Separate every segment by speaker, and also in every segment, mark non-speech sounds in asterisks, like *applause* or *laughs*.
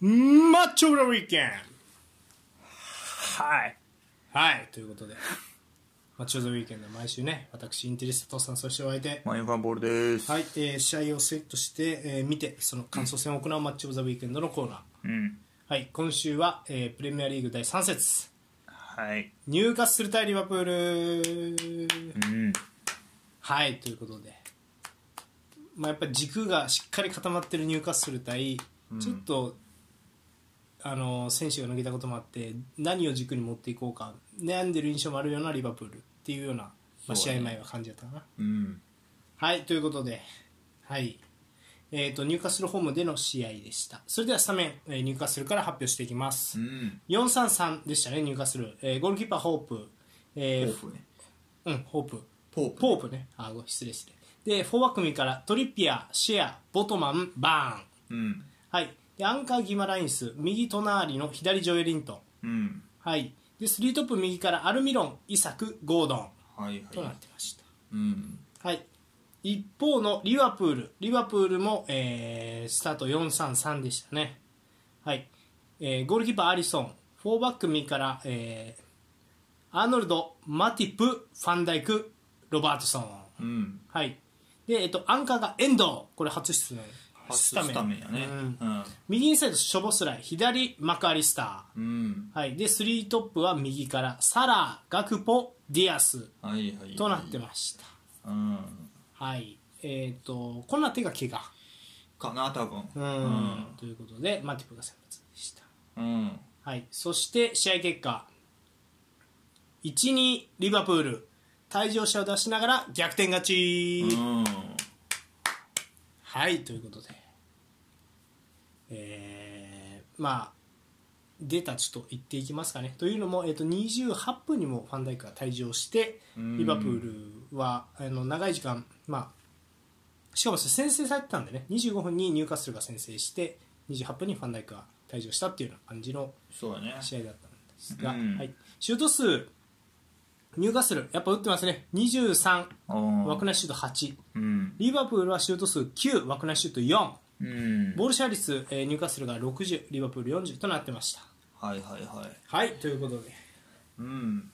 Speaker 1: マッチョブラウィーケン
Speaker 2: はい
Speaker 1: はい、ということで、マッチョ・ザ・ウィーケンドは毎週ね、私、インテリスタ・トッさん、そしてお相手、
Speaker 2: マインファンボールです、
Speaker 1: はい、えー試合をセットして、えー見て、その感想戦を行うマッチ・オブ・ザ・ウィーケンドのコーナー。
Speaker 2: うん
Speaker 1: はい、今週は、えープレミアリーグ第3節、
Speaker 2: はい
Speaker 1: ニューカッスル対リバプール。
Speaker 2: うん
Speaker 1: はい、ということで、まあ、やっぱり軸がしっかり固まってるニューカッスル対、ちょっと、あの選手が抜けたこともあって何を軸に持っていこうか悩んでる印象もあるようなリバプールっていうような、まあ、
Speaker 2: そう
Speaker 1: 試
Speaker 2: だね
Speaker 1: 合前は感じだったかな、
Speaker 2: うん
Speaker 1: はいということで、はいえー、と入荷するホームでの試合でしたそれではスタメン、えー、入荷するから発表していきます、
Speaker 2: ん
Speaker 1: 433でしたね入荷する、えーゴールキーパーホープ、え
Speaker 2: ポ
Speaker 1: ー
Speaker 2: ープね
Speaker 1: うんホープ
Speaker 2: ポープ
Speaker 1: ポープねあご失礼してでフォワー組からトリッピアシェアボトマンバーン
Speaker 2: うん
Speaker 1: はいでアンカーギマラインス右隣の左ジョエリントン
Speaker 2: うん
Speaker 1: はいで3トップ右からアルミロンイサクゴードン
Speaker 2: はい
Speaker 1: とな
Speaker 2: は
Speaker 1: っ
Speaker 2: い
Speaker 1: てました
Speaker 2: うん
Speaker 1: はい、一方のリバプール、リバプールも、えースタート433でしたね、はいえーゴールキーパー、アリソン、フォーバック右から、えーアーノルド、マティプ、ファンダイク、ロバートソン、
Speaker 2: うん
Speaker 1: はいでえっと、アンカーが遠藤、これ初出演、
Speaker 2: 初スタメンやね
Speaker 1: うん
Speaker 2: うん
Speaker 1: 右インサイド、ショボスライ、左、マクアリスタ
Speaker 2: うん
Speaker 1: ー、はい、で3トップは右から、サラー、ガクポ、ディアス
Speaker 2: はいはい
Speaker 1: となってました。
Speaker 2: すうん
Speaker 1: はいえー、とこんな手が怪我
Speaker 2: かな多分
Speaker 1: うんということでマティプが先発でした、
Speaker 2: うん
Speaker 1: はい、そして試合結果1-2リバプール退場者を出しながら逆転勝ち、
Speaker 2: うん
Speaker 1: はいということでえー、まあ出たちょっと言っていきますかねというのも、えー、と28分にもファンダイクが退場して
Speaker 2: うん
Speaker 1: リバプールはあの長い時間、まあ、しかもそれ先制されてたんでね25分にニューカッスルが先制して28分にファンダイクが退場したっていうような感じの
Speaker 2: そうだね
Speaker 1: 試合だったんですが、
Speaker 2: うん
Speaker 1: はい、シュート数ニューカッスルやっぱ打ってますね23
Speaker 2: うん
Speaker 1: 枠内シュート8
Speaker 2: うん
Speaker 1: リバプールはシュート数9枠内シュート4
Speaker 2: うん
Speaker 1: ボールシェア率、えー、ニューカッスルが60リバプール40となってました
Speaker 2: はいはいはい
Speaker 1: はいということで、
Speaker 2: うん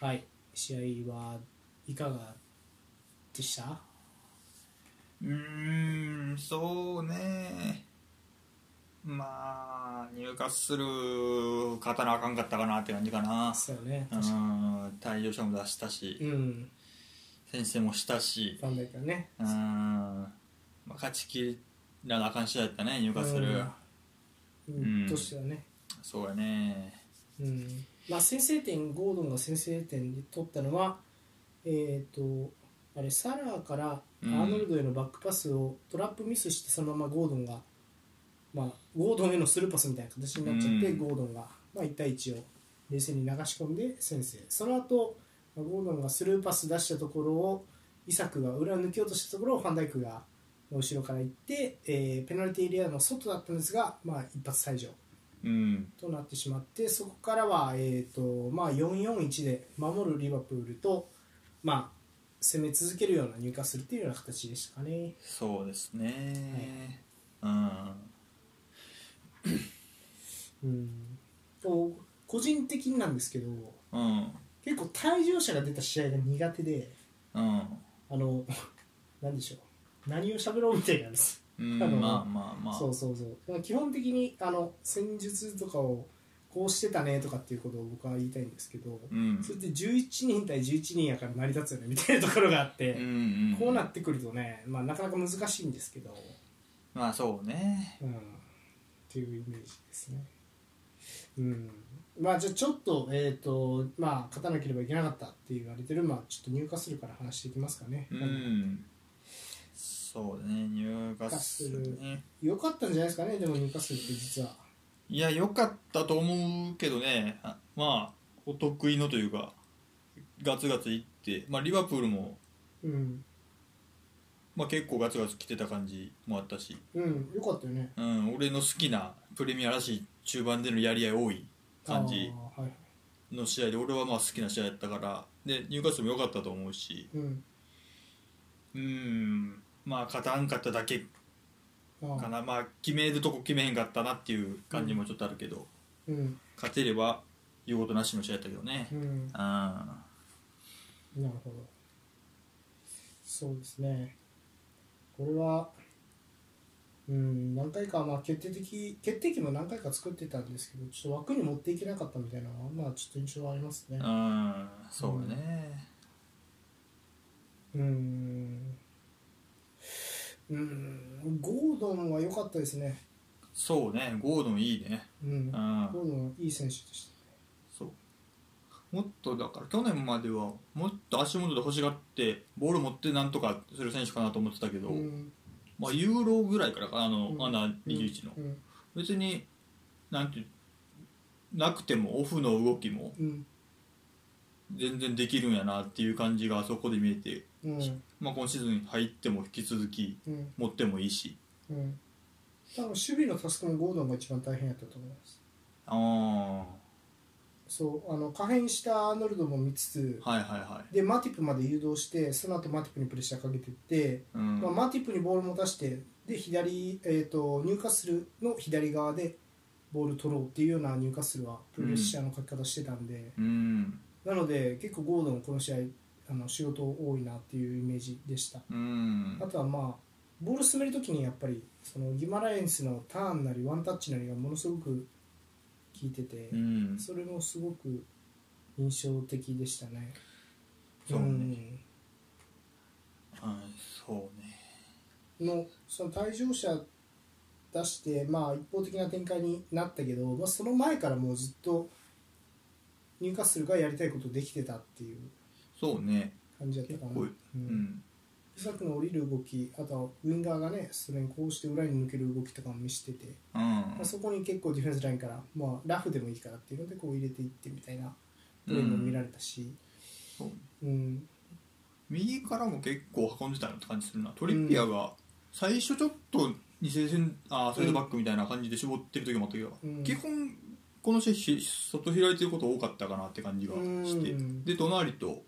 Speaker 1: はい、試合はいかがでした
Speaker 2: うーんそうねまあ入荷する勝たなあかんかったかなって感じかな
Speaker 1: そうね
Speaker 2: うーん退場者も出したし、
Speaker 1: うん
Speaker 2: 先生もしたし
Speaker 1: ファンだからね
Speaker 2: うーん、まあ、勝ちきらなあかん試合だったね入荷する
Speaker 1: うん
Speaker 2: うん
Speaker 1: としてはね、
Speaker 2: そうやね
Speaker 1: うんまあ、先制点ゴードンが先制点で取ったのはえっ、とあれサラーからア
Speaker 2: うん
Speaker 1: ーノルドへのバックパスをトラップミスしてそのままゴードンが、まあ、ゴードンへのスルーパスみたいな形になっちゃって、
Speaker 2: うん
Speaker 1: ゴードンが、まあ、1対1を冷静に流し込んで先制その後まあゴードンがスルーパス出したところをイサクが裏を抜けようとしたところをファンダイクが後ろから行って、えーペナルティーエリアの外だったんですが、まあ、一発退場
Speaker 2: うん
Speaker 1: となってしまってそこからは、えーとまあ、441で守るリバプールと、まあ、攻め続けるような入荷するというような形でしたかね。
Speaker 2: そうですね、うん
Speaker 1: うん、と個人的になんですけど
Speaker 2: うん
Speaker 1: 結構退場者が出た試合が苦手で
Speaker 2: うん
Speaker 1: あの *laughs* 何でしょう何を喋ろうみたいなんです。
Speaker 2: うん
Speaker 1: あの
Speaker 2: まあまあまあ
Speaker 1: そうそうそうだから基本的にあの戦術とかをこうしてたねとかっていうことを僕は言いたいんですけど、
Speaker 2: うん
Speaker 1: それって11人対11人やから成り立つよねみたいなところがあって、
Speaker 2: うんうん
Speaker 1: こうなってくるとね、まあ、なかなか難しいんですけど、
Speaker 2: まあそうね
Speaker 1: うん、っていうイメージですね。うんまあ、じゃあちょっと,、えーとまあ、勝たなければいけなかったって言われてる、まあ、ちょっと入荷するから話していきますかね、
Speaker 2: うんそうね入荷するね
Speaker 1: 良かったんじゃないですかねでも入荷するって実は、
Speaker 2: いや良かったと思うけどねあまあお得意のというかガツガツいって、まあ、リバプールも、
Speaker 1: うん
Speaker 2: まあ、結構ガツガツ来てた感じもあったし、
Speaker 1: うん、良かったよね
Speaker 2: うん、俺の好きなプレミアらしい中盤でのやり合い多い感じ
Speaker 1: あーはい
Speaker 2: の試合で俺はまあ好きな試合やったからで入荷数も良かったと思うし
Speaker 1: うん
Speaker 2: うんまあ勝たんかっただけ
Speaker 1: うん
Speaker 2: かな、まあ、決めるとこ決めへんかったなっていう感じもちょっとあるけど、
Speaker 1: うん
Speaker 2: 勝てれば言うことなしの試合やったけどね、
Speaker 1: うん
Speaker 2: あ
Speaker 1: なるほどそうですねこれはうん何回かまあ決定的決定機も何回か作ってたんですけどちょっと枠に持っていけなかったみたいなのはまあちょっと印象はありますね
Speaker 2: ーうんそうね、
Speaker 1: うーんうーんゴードンは良かったですね。
Speaker 2: そうねゴードンいいね
Speaker 1: うん。
Speaker 2: う
Speaker 1: ゴ
Speaker 2: ん
Speaker 1: ードンはいい選手でし
Speaker 2: そうもっとだから去年まではもっと足元で欲しがってボール持ってなんとかする選手かなと思ってたけ
Speaker 1: た。
Speaker 2: ど、
Speaker 1: うん。
Speaker 2: まあ、ユーロぐらいからかなあの、
Speaker 1: うん
Speaker 2: アナ21の、
Speaker 1: うん。
Speaker 2: 別になんていうなくてもオフの動きも
Speaker 1: うん。
Speaker 2: 全然できるんやなっていう感じがあそこで見えて、
Speaker 1: うん。
Speaker 2: まあ、今シーズン入っても引き続き
Speaker 1: うん。
Speaker 2: 持ってもいいし
Speaker 1: うん。多分守備のタスクもゴードンが一番大変やったと思います。
Speaker 2: ああ
Speaker 1: そう、あの、可変したアーノルドも見つつ、
Speaker 2: はいはいは
Speaker 1: で、マティップまで誘導して、その後マティップにプレッシャーかけてって、
Speaker 2: い、うん
Speaker 1: まあ、マティップにボール持たして、で、左、えっ、と、入荷するの左側で、ボール取ろうっていうような入荷するはプレッシャーのかけ方してたんで、
Speaker 2: うん
Speaker 1: なので結構ゴードンこの試合あの仕事多いなっていうイメージでした
Speaker 2: うん
Speaker 1: あとはまあボール進めるときにやっぱりそのギマラエンスのターンなりワンタッチなりがものすごく効いてて
Speaker 2: う、ん
Speaker 1: それもすごく印象的でしたね
Speaker 2: そうね
Speaker 1: ん
Speaker 2: うんそうね
Speaker 1: のその退場者出して、まあ、一方的な展開になったけど、まあ、その前からもうずっとニューカッスルがやりたいことできてたっていう
Speaker 2: そうね
Speaker 1: 感じだった
Speaker 2: 結
Speaker 1: かな。
Speaker 2: 構うん
Speaker 1: サクの降りる動きあとはウィンガーがねそれにこうして裏に抜ける動きとかも見せてて、
Speaker 2: うん、
Speaker 1: まあ、そこに結構ディフェンスラインから、まあ、ラフでもいいからっていうのでこう入れていってみたいなプレーも見られたし、
Speaker 2: そう
Speaker 1: うん
Speaker 2: 右からも結構運んでたなって感じするなトリッピアが最初ちょっと二世線あーサイドバックみたいな感じで絞ってる時もあったけど、
Speaker 1: うん
Speaker 2: 基本この試合ひ外開いてること多かったかなって感じがして、
Speaker 1: うん
Speaker 2: で隣と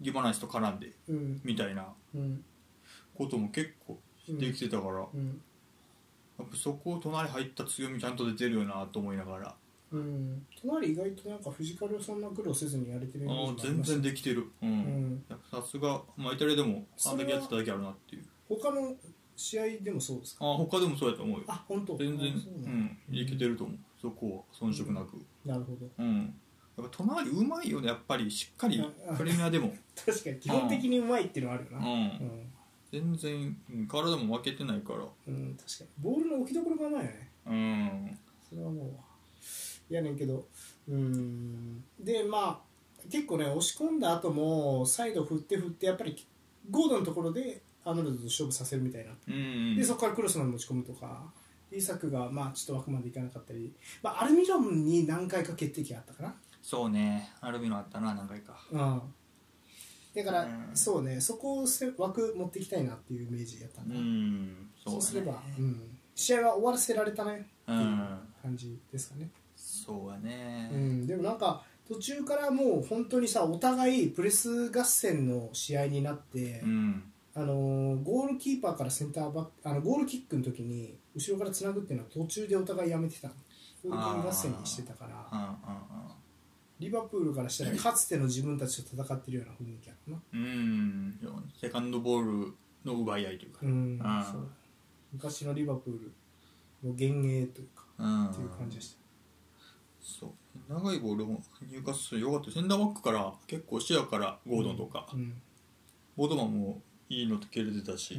Speaker 2: ギバナイスと絡んで
Speaker 1: うん
Speaker 2: みたいな
Speaker 1: うん
Speaker 2: ことも結構できてたから、や
Speaker 1: うん
Speaker 2: っぱそこを隣入った強みちゃんと出てるよなと思いながら、
Speaker 1: うん隣意外となんかフィジカルをそんな苦労せずにやれてるイ
Speaker 2: あ
Speaker 1: メージも
Speaker 2: の
Speaker 1: あり
Speaker 2: 全
Speaker 1: ました
Speaker 2: 然できてる、うん
Speaker 1: うん、
Speaker 2: やっぱさすが、まあ、イタリアでもあんだけやってただけあるなっていう
Speaker 1: 他の試合でもそうですか
Speaker 2: あー他でもそうやと思うよ
Speaker 1: あ本当
Speaker 2: 全然
Speaker 1: あそう
Speaker 2: う
Speaker 1: なん
Speaker 2: んいけてると思うそこは遜色なく
Speaker 1: なるほど
Speaker 2: うんやっぱ隣うまいよねやっぱりしっかり
Speaker 1: ああ
Speaker 2: プレミアでも
Speaker 1: 確かに基本的にうまいっていう *laughs* のはある
Speaker 2: う
Speaker 1: よな、うんん
Speaker 2: 全然うん体も負けてないから
Speaker 1: うん、確かにボールの置きどころがうまいよね
Speaker 2: うん
Speaker 1: それはもうやねんけどうーんでまあ結構ね押し込んだ後もサイド振って振ってやっぱりゴードンのところでアーノルドと勝負させるみたいな、
Speaker 2: うん
Speaker 1: でそこからクロスまで持ち込むとかイーサクがまあちょっと枠までいかなかったり、まあ、アルミロンに何回か決定機があったかな
Speaker 2: そうねアルミノあったな何回か
Speaker 1: うんだから、
Speaker 2: うん
Speaker 1: そうねそこをせ枠持っていきたいなっていうイメージやった
Speaker 2: う
Speaker 1: な、
Speaker 2: んそう
Speaker 1: そ
Speaker 2: だ
Speaker 1: うすれ
Speaker 2: ね
Speaker 1: ば、うん、試合は終わらせられたね
Speaker 2: う
Speaker 1: っていうん感じですかね、
Speaker 2: そうや
Speaker 1: う
Speaker 2: ね
Speaker 1: ん、でもなんか途中からもう本当にさお互いプレス合戦の試合になって、
Speaker 2: うん
Speaker 1: あのーゴールキーパーからセンターバックあのゴールキックの時に後ろからつなぐっていうのは途中でお互いやめてたのゴールキック合戦にしてたか
Speaker 2: うん
Speaker 1: ら
Speaker 2: う
Speaker 1: リバプールからしたらかつての自分たちと戦ってるような雰囲気あるな、
Speaker 2: んうんうんセカンドボールの奪い合いというか
Speaker 1: う
Speaker 2: うんあー
Speaker 1: そう昔のリバプールの幻影というか
Speaker 2: ん
Speaker 1: っていう感じでした、
Speaker 2: そう長いボールも入荷するよかったセンターバックから結構視野からゴードンとか、
Speaker 1: うん
Speaker 2: ボードマンもいいの蹴れてたし、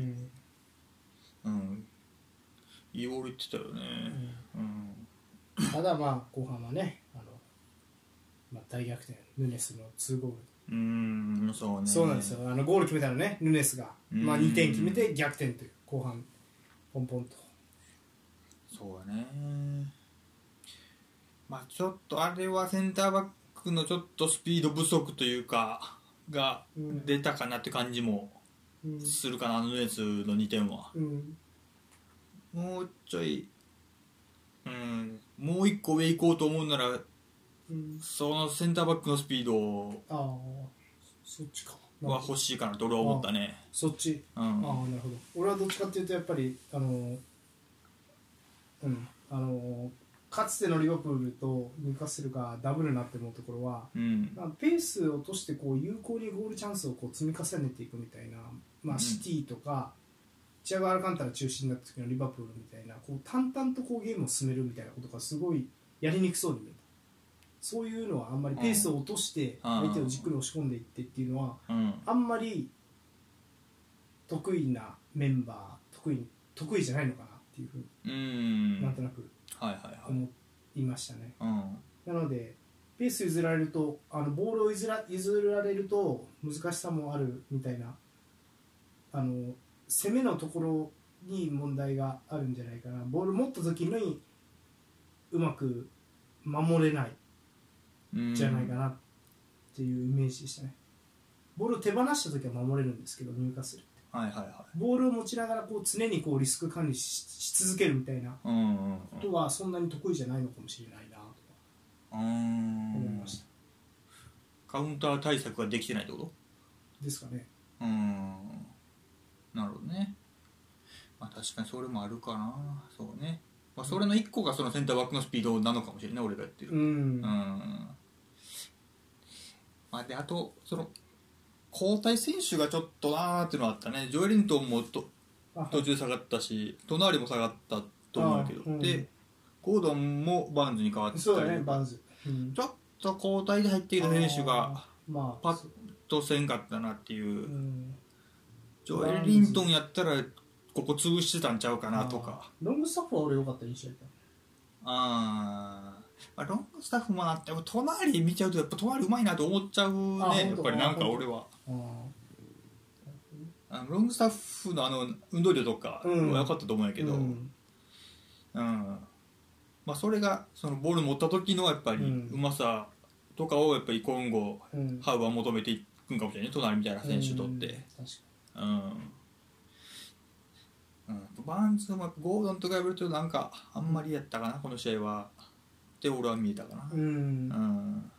Speaker 1: うん
Speaker 2: うんいいボールいってたよねうん、
Speaker 1: ただまあ後半はねあの、まあ、大逆転ヌネスの2ゴール
Speaker 2: うんそうね
Speaker 1: そうなんですよあのゴール決めたのねヌネスが、
Speaker 2: うん
Speaker 1: まあ、2点決めて逆転という後半ポンポンと
Speaker 2: そうだねまあちょっとあれはセンターバックのちょっとスピード不足というかが
Speaker 1: うん
Speaker 2: 出たかなって感じも
Speaker 1: うん、
Speaker 2: するかな、あのレースの2点は
Speaker 1: うん
Speaker 2: もうちょいうんもう一個上行こうと思うなら
Speaker 1: うん、
Speaker 2: そのセンターバックのスピードを
Speaker 1: ああそっちか
Speaker 2: は欲しいかなと俺は思ったね。
Speaker 1: そっち
Speaker 2: う
Speaker 1: ああ
Speaker 2: ん。
Speaker 1: なるほど俺はどっちかっていうとやっぱりあのうんあのかつてのリバプールとニューカッスルがダブルになって思うところは
Speaker 2: うん。
Speaker 1: まあペースを落としてこう有効にゴールチャンスをこう積み重ねていくみたいな、ま
Speaker 2: う
Speaker 1: あ、
Speaker 2: ん
Speaker 1: シティとか、チアゴ・アルカンタラ中心だった時のリバプールみたいなこう淡々とこうゲームを進めるみたいなことがすごいやりにくそうに見えたそういうのはあんまりペースを落として
Speaker 2: うん
Speaker 1: 相手をじっくり押し込んでいってっていうのは
Speaker 2: うん。
Speaker 1: あんまり得意なメンバー得意得意じゃないのかなっていうふう
Speaker 2: う
Speaker 1: になん
Speaker 2: ん。
Speaker 1: となく
Speaker 2: はいはいはい。
Speaker 1: 思いましたね。
Speaker 2: うん。
Speaker 1: なのでペース譲られるとあのボールを譲ら譲られると難しさもあるみたいなあの攻めのところに問題があるんじゃないかなボール持った時にうまく守れない
Speaker 2: うん
Speaker 1: んじゃないかなっていうイメージでしたね、ボールを手放した時は守れるんですけど入荷する
Speaker 2: はいはいは。
Speaker 1: ボールを持ちながらこう常にこうリスク管理しし続けるみたいない
Speaker 2: うんうん
Speaker 1: こ
Speaker 2: う
Speaker 1: とはそんなに得意じゃないのかもしれないなと
Speaker 2: ん。う
Speaker 1: 思い
Speaker 2: ん
Speaker 1: ま。した、
Speaker 2: カウンター対策ができてないってこと
Speaker 1: ですかね
Speaker 2: うーんなるほどねまあ確かにそれもあるかなそうね、まあ、それの一個がそのセンターバックのスピードなのかもしれない俺がやってるうんまあであとその交代選手がちょっとなーっていうのはあったねジョエリントンもと
Speaker 1: あ
Speaker 2: 途中下がったし隣も下がったと思うけど、
Speaker 1: あうん
Speaker 2: でゴードンもバーンズに変わったり
Speaker 1: そうだね、バンズ。
Speaker 2: ちょっと交代で入ってきた選手が、
Speaker 1: まあ、
Speaker 2: パッとせんかったなっていう
Speaker 1: う、ん、
Speaker 2: ジョエル・リントンやったらここ潰してたんちゃうかなとか
Speaker 1: ロングスタッフは俺良かった印象だった。
Speaker 2: あーまあロングスタッフもなって隣見ちゃうとやっぱ隣うまいなと思っちゃう
Speaker 1: あ
Speaker 2: ねやっぱりなんか俺は
Speaker 1: あ
Speaker 2: あのロングスタッフのあの運動量とかは
Speaker 1: うん
Speaker 2: 良かったと思うんや
Speaker 1: ー
Speaker 2: けど、う
Speaker 1: うんん
Speaker 2: まあ、それがそのボール持った時のやっぱり
Speaker 1: うん
Speaker 2: うまさとかをやっぱり今後
Speaker 1: うん
Speaker 2: ハウは求めていくんかもしれないね隣みたいな選手とって。
Speaker 1: うん確かに
Speaker 2: うんうん、バーンズもゴードンと比べるとなんかあんまりやったかなこの試合はって俺は見えたかな、
Speaker 1: う
Speaker 2: うん
Speaker 1: ん、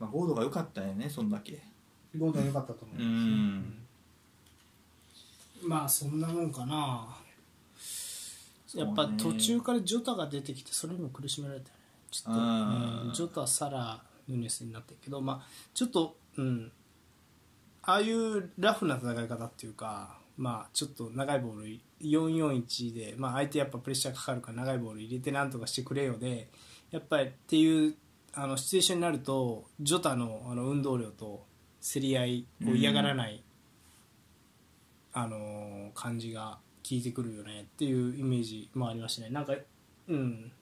Speaker 2: まあ、ゴードンが良かったよねそんだけ
Speaker 1: ゴードン良かったと思います、
Speaker 2: うん
Speaker 1: まあ、そんなもんかな。やっぱ途中からジョタが出てきて、それにも苦しめられたよね。ちょっと、
Speaker 2: あー
Speaker 1: うんジョタ、サラ、ヌネスになってるけど、まあ、ちょっと、うん、ああいうラフな戦い方っていうか、まあ、ちょっと長いボール441で、まあ、相手やっぱプレッシャーかかるから長いボール入れてなんとかしてくれよでやっぱりっていうあのシチュエーションになるとジョタのあの運動量と競り合いを嫌がらない、あの感じが効いてくるよねっていうイメージもありましたねなんか、うん、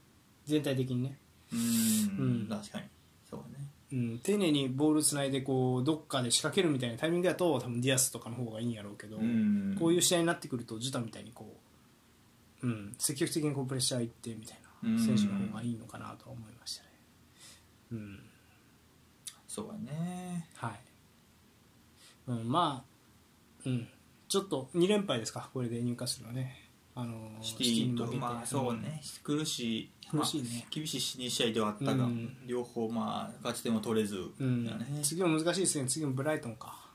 Speaker 1: 全体的にね。
Speaker 2: うん、
Speaker 1: うん
Speaker 2: 確かにそうね
Speaker 1: うん、丁寧にボールつないでこうどっかで仕掛けるみたいなタイミングだと多分ディアスとかの方がいいんやろうけど、
Speaker 2: ん
Speaker 1: こういう試合になってくるとジュタみたいにこう、うん、積極的にこうプレッシャーいってみたいな選手の方がいいのかなとは思いましたね。うん
Speaker 2: そうだね
Speaker 1: はいうん、まあ、うん、ちょっと2連敗ですかこれで入荷するのはね。あの
Speaker 2: シティと
Speaker 1: シに負けて
Speaker 2: まあそうね苦しい
Speaker 1: 苦しいね
Speaker 2: まあ厳しい2試合ではあったが、
Speaker 1: うん
Speaker 2: 両方まあ勝ち点も取れず
Speaker 1: うん
Speaker 2: だね
Speaker 1: 次は難しいですね次はブライトンか。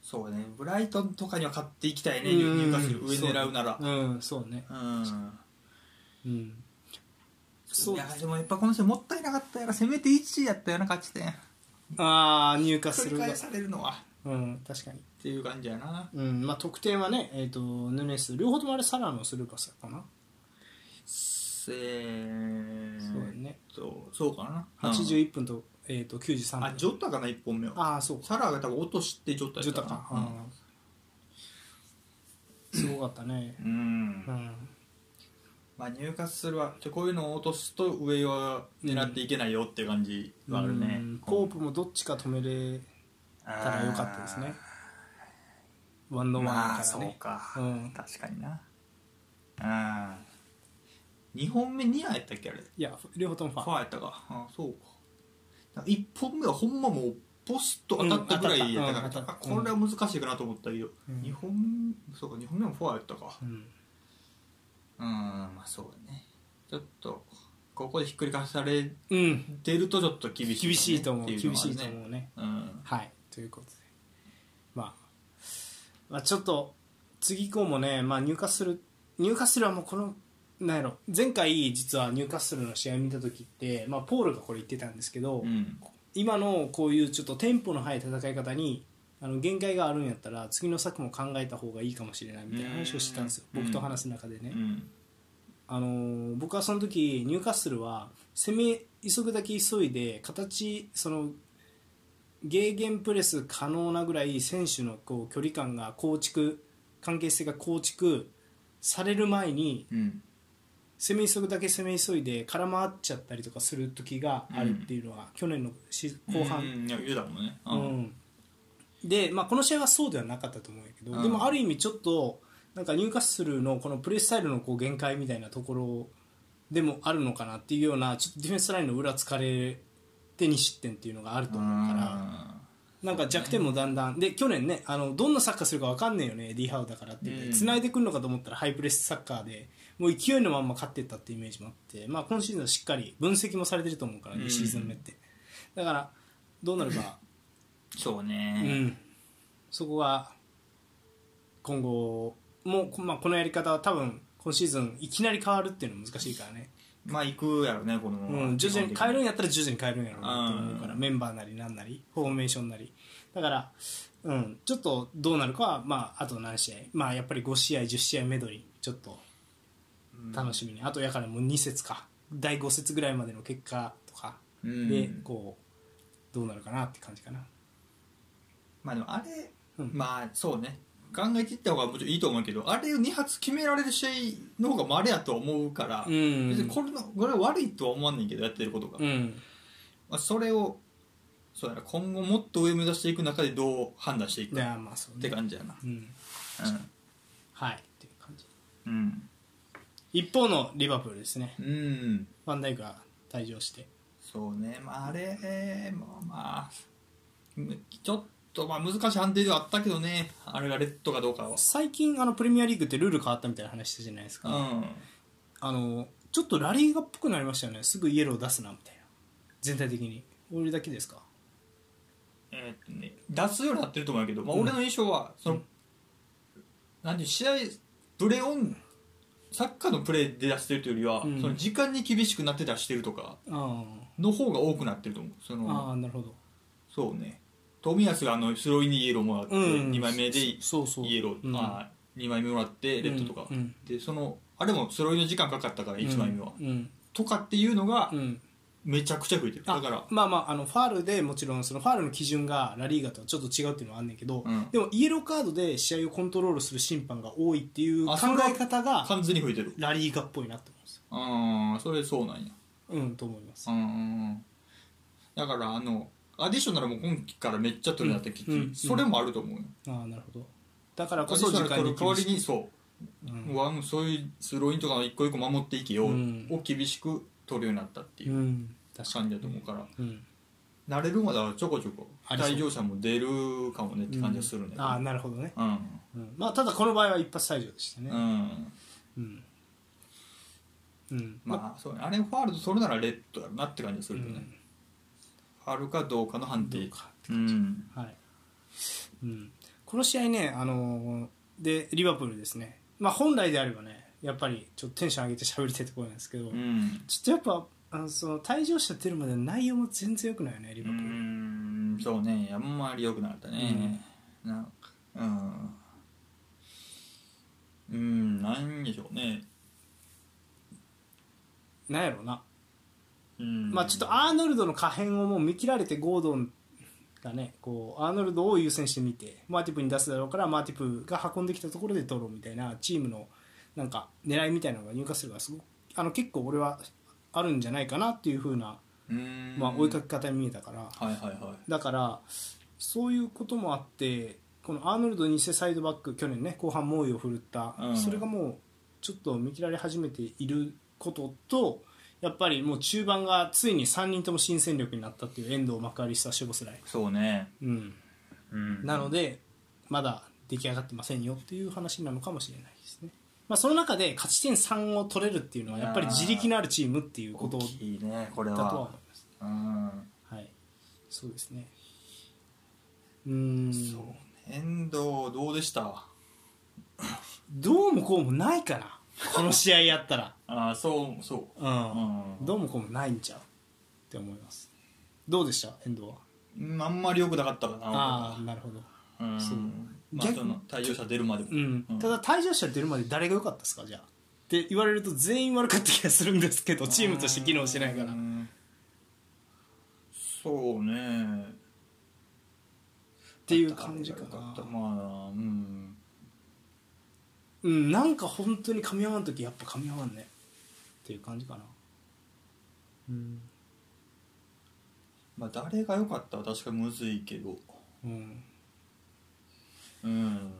Speaker 2: そうね、ブライトンとかには勝っていきたいね、
Speaker 1: うん
Speaker 2: 入荷する上狙うなら。
Speaker 1: うん、そうね。
Speaker 2: うん。
Speaker 1: うん、
Speaker 2: そ
Speaker 1: そうう
Speaker 2: いやでもやっぱこの人もったいなかったやら、せめて1位やったような勝ち点。
Speaker 1: ああ入荷す
Speaker 2: 取
Speaker 1: る
Speaker 2: り
Speaker 1: が
Speaker 2: 返されるのは。っ
Speaker 1: うん確かに、
Speaker 2: ていう感じやな。
Speaker 1: うんまあ、得点はね、えー、とヌネス両方ともあれサラのスルーパスかな、
Speaker 2: せー
Speaker 1: そうだね
Speaker 2: と、そうかな。うん
Speaker 1: 81分と,、えー、と93分
Speaker 2: あ、ジョッタかな、1本目は。
Speaker 1: ああそうか
Speaker 2: サラが多分落としてジョッタ
Speaker 1: ジ
Speaker 2: や
Speaker 1: ョ
Speaker 2: っ
Speaker 1: タ
Speaker 2: た
Speaker 1: か、
Speaker 2: な
Speaker 1: うん、すごかったね
Speaker 2: う、ん
Speaker 1: う。ん
Speaker 2: まあ入荷するは、ちょこういうのを落とすと上は狙っていけないよっていう感じはあるね
Speaker 1: う。んポープもどっちか止めれ
Speaker 2: た
Speaker 1: たらよかったですねワンノーワン
Speaker 2: まあ
Speaker 1: だから
Speaker 2: そう
Speaker 1: ね、
Speaker 2: か、
Speaker 1: うん
Speaker 2: 確かになあ2本目ニアやったっけあれフ
Speaker 1: いや両方ともファ
Speaker 2: ァーやったかあそうかなんか1本目はほんまもうポスト当たったぐらいやったから、
Speaker 1: うん当たったうん当たった
Speaker 2: これは難しいかなと思ったけど、
Speaker 1: うん
Speaker 2: 2本そうか2本目もファーやったか
Speaker 1: ー、うん
Speaker 2: うんまあそうだねちょっとここでひっくり返され
Speaker 1: うん、
Speaker 2: てるとちょっと厳しいね、
Speaker 1: 厳しいと思う
Speaker 2: ってい
Speaker 1: 厳
Speaker 2: のは
Speaker 1: し
Speaker 2: ね
Speaker 1: いと思うね
Speaker 2: うん
Speaker 1: はいとということで、まあ、まあちょっと次以降もね、まあ、入荷する入荷するはもうこのなんやろ前回実は入荷するの試合見た時って、まあ、ポールがこれ言ってたんですけど、
Speaker 2: うん
Speaker 1: 今のこういうちょっとテンポの速い戦い方にあの限界があるんやったら次の策も考えた方がいいかもしれないみたいな話をしてたんですよ
Speaker 2: うん
Speaker 1: 僕と話す中でね、
Speaker 2: うん
Speaker 1: あのー僕はその時ニューカッスルは攻め急ぐだけ急いで形そのゲーゲンプレス可能なぐらい選手のこう距離感が構築関係性が構築される前に
Speaker 2: うん
Speaker 1: 攻め急ぐだけ攻め急いで空回っちゃったりとかする時があるっていうのが去年のし後半
Speaker 2: うんいや言うだもんね
Speaker 1: うん、で、まあ、この試合はそうではなかったと思うんやけど、
Speaker 2: うん
Speaker 1: でもある意味ちょっとなんかニューカッスルのこのプレースタイルのこう限界みたいなところでもあるのかなっていうようなちょっとディフェンスラインの裏疲れて2失点っていうのがあると思うからなんか弱点もだんだんで去年ねあのどんなサッカーするか分かんないよねディハウだからって言って
Speaker 2: うん
Speaker 1: 繋いでくるのかと思ったらハイプレスサッカーでもう勢いのまんま勝ってったっていうイメージもあって、まあ、今シーズンはしっかり分析もされてると思うから
Speaker 2: う
Speaker 1: 2
Speaker 2: ん
Speaker 1: シーズン目ってだからどうなるか
Speaker 2: そう
Speaker 1: う
Speaker 2: ね
Speaker 1: ん、そこが今後もこまあ、このやり方は多分今シーズンいきなり変わるっていうのは難しいからね、
Speaker 2: まあ行くやろねこの
Speaker 1: うん、徐々に変えるん
Speaker 2: や
Speaker 1: やったら徐々に変えるんやろうなと思うから、
Speaker 2: うん
Speaker 1: メンバーなりなんなりフォーメーションなりだから、うん、ちょっとどうなるかは、まあ、あと何試合、まあ、やっぱり5試合10試合めどにちょっと楽しみに、あとやからもう2節か第5節ぐらいまでの結果とかで、
Speaker 2: うん
Speaker 1: こうどうなるかなって感じかな。
Speaker 2: まあでもあれ
Speaker 1: うん
Speaker 2: まあそうね考え切った方がもちろんいいと思うけどあれを2発決められる試合の方がまれやとは思うから
Speaker 1: う
Speaker 2: 別
Speaker 1: ん
Speaker 2: にこれのこれは悪いとは思わんねんけどやってることが
Speaker 1: うん
Speaker 2: まあそれをそうやな今後もっと上目指していく中でどう判断していく
Speaker 1: い
Speaker 2: か
Speaker 1: やまあそう
Speaker 2: っ
Speaker 1: ね
Speaker 2: て感じやな
Speaker 1: うん、はいっていう感じ
Speaker 2: うん
Speaker 1: 一方のリバプールですね
Speaker 2: うん、うん
Speaker 1: ファンダイクが退場して
Speaker 2: そうね、まあ、あれ、まあまあ、むちょっとまあ難しい判定ではあったけどね、あれがレッドかどうかは。
Speaker 1: 最近あのプレミアリーグってルール変わったみたいな話したじゃないです
Speaker 2: う
Speaker 1: か、
Speaker 2: ん、
Speaker 1: あのちょっとラリーガっぽくなりましたよねすぐイエロー出すなみたいな全体的に俺だけですか
Speaker 2: えーっとね、出すようになってると思うけど、まあ、俺の印象は、その、
Speaker 1: うん
Speaker 2: なんていう試合、プレーオン、サッカーのプレーで出してるというよりは、
Speaker 1: うん
Speaker 2: その時間に厳しくなって出してるとか
Speaker 1: あ
Speaker 2: の方が多くなってると思う。そ
Speaker 1: ー、あー
Speaker 2: の
Speaker 1: なるほど
Speaker 2: そうね、冨安があのスローインにイエローもらって、
Speaker 1: うん
Speaker 2: 2枚目で
Speaker 1: そうそう
Speaker 2: イエロー、
Speaker 1: うん
Speaker 2: あ2枚目もらってレッドとか、
Speaker 1: うんうん
Speaker 2: でそのあれも揃いの時間かかったから1枚目は、
Speaker 1: うん、うん
Speaker 2: とかっていうのが
Speaker 1: うん
Speaker 2: めちゃくちゃ増えてるだ
Speaker 1: あ
Speaker 2: から
Speaker 1: まあまああのファールでもちろんそのファールの基準がラリーガとはちょっと違うっていうのはあんねんけど、
Speaker 2: うん
Speaker 1: でもイエローカードで試合をコントロールする審判が多いっていう考
Speaker 2: あそれは
Speaker 1: え方が
Speaker 2: 完全に増えてる
Speaker 1: ラリーガっぽいなって思うんですよ
Speaker 2: ああそれそうなんや
Speaker 1: うんと思います
Speaker 2: うんうんうんだからあのアディショナルも今期からめっちゃ取るようになってきて、
Speaker 1: うんうん
Speaker 2: それもあると思うよ、
Speaker 1: ああなるほどだから
Speaker 2: アデ
Speaker 1: こ
Speaker 2: ィ
Speaker 1: そ
Speaker 2: ショ
Speaker 1: 時
Speaker 2: ナ
Speaker 1: 間
Speaker 2: ル取
Speaker 1: に
Speaker 2: る代わ
Speaker 1: 厳
Speaker 2: り
Speaker 1: し
Speaker 2: にそう、ワンそういうスローインとかの一個一個守っていけよ、
Speaker 1: うん
Speaker 2: を厳しく取るようになったって
Speaker 1: い
Speaker 2: いううん
Speaker 1: 確か
Speaker 2: 感じだと思うから、
Speaker 1: に、うん、
Speaker 2: 慣れるまではちょこちょこ
Speaker 1: ありそう
Speaker 2: 退場者も出るかもねって感じがするね、
Speaker 1: ああなるほどね、
Speaker 2: うん
Speaker 1: うんまあ、ただこの場合は一発退場でしたね
Speaker 2: うん
Speaker 1: うん、うんまあ
Speaker 2: まあそうねあれファールとそれならレッドやろなって感じがするよね、
Speaker 1: うん
Speaker 2: ファールかどうかの判
Speaker 1: ど
Speaker 2: 定
Speaker 1: うかって
Speaker 2: うん
Speaker 1: はいうん、この試合ね、あのーでリバプールですね、まあ、本来であればねやっぱりちょっとテンション上げて喋りたいところなんですけど、
Speaker 2: うん
Speaker 1: ちょっとやっぱあのその退場者出るまでの内容も全然良くないよねリ
Speaker 2: う
Speaker 1: バプール、
Speaker 2: んそうねあんまり良くなかったね、なんかうんうんなんでしょうね
Speaker 1: なんやろうな
Speaker 2: うん
Speaker 1: まあ、ちょっとアーノルドの可変をもう見切られてゴードンがねこうアーノルドを優先してみてマーティプに出すだろうからマーティプが運んできたところで取ろうみたいなチームのなんか狙いみたいなのが入荷するがすごくあの結構俺はあるんじゃないかなっていう風な
Speaker 2: うん
Speaker 1: まあ、追いかけ方に見えたから
Speaker 2: はいはいはい
Speaker 1: だからそういうこともあってこのアーノルド偽サイドバック去年ね後半猛威を振るった、
Speaker 2: うん
Speaker 1: それがもうちょっと見切られ始めていることとやっぱりもう中盤がついに3人とも新戦力になったっていう遠藤幕張久シボスライ、
Speaker 2: そうね
Speaker 1: うん、
Speaker 2: うん
Speaker 1: なのでまだ出来上がってませんよっていう話なのかもしれないですね、まあ、その中で勝ち点3を取れるっていうのはやっぱり自力のあるチームっていうこ
Speaker 2: 大
Speaker 1: とだ
Speaker 2: きいねこれ
Speaker 1: とは思い
Speaker 2: は
Speaker 1: ます
Speaker 2: うん
Speaker 1: はい、そうですね。うん
Speaker 2: そう遠藤どうでした
Speaker 1: どうもこうもないかなこの試合やったら、
Speaker 2: ああそうそううんう
Speaker 1: *laughs* どうもこうもないんちゃうって思いますどうでした遠藤は
Speaker 2: んあんまり良くなかったか
Speaker 1: ああ
Speaker 2: な
Speaker 1: なるほど
Speaker 2: うん
Speaker 1: そう
Speaker 2: まあ
Speaker 1: 逆
Speaker 2: その退場者出るまでも
Speaker 1: うん、
Speaker 2: うん
Speaker 1: ただ退場者出るまで誰が良かったですかじゃあって言われると全員悪かった気がするんですけどチームとして機能してないから
Speaker 2: うんそうね
Speaker 1: っていう感じか
Speaker 2: ま
Speaker 1: な
Speaker 2: あうん
Speaker 1: うんなんか本当に噛み合わん時やっぱ噛み合わんねっていう感じかなうん、
Speaker 2: まあ誰が良かったは確かむずいけど
Speaker 1: うん、
Speaker 2: うん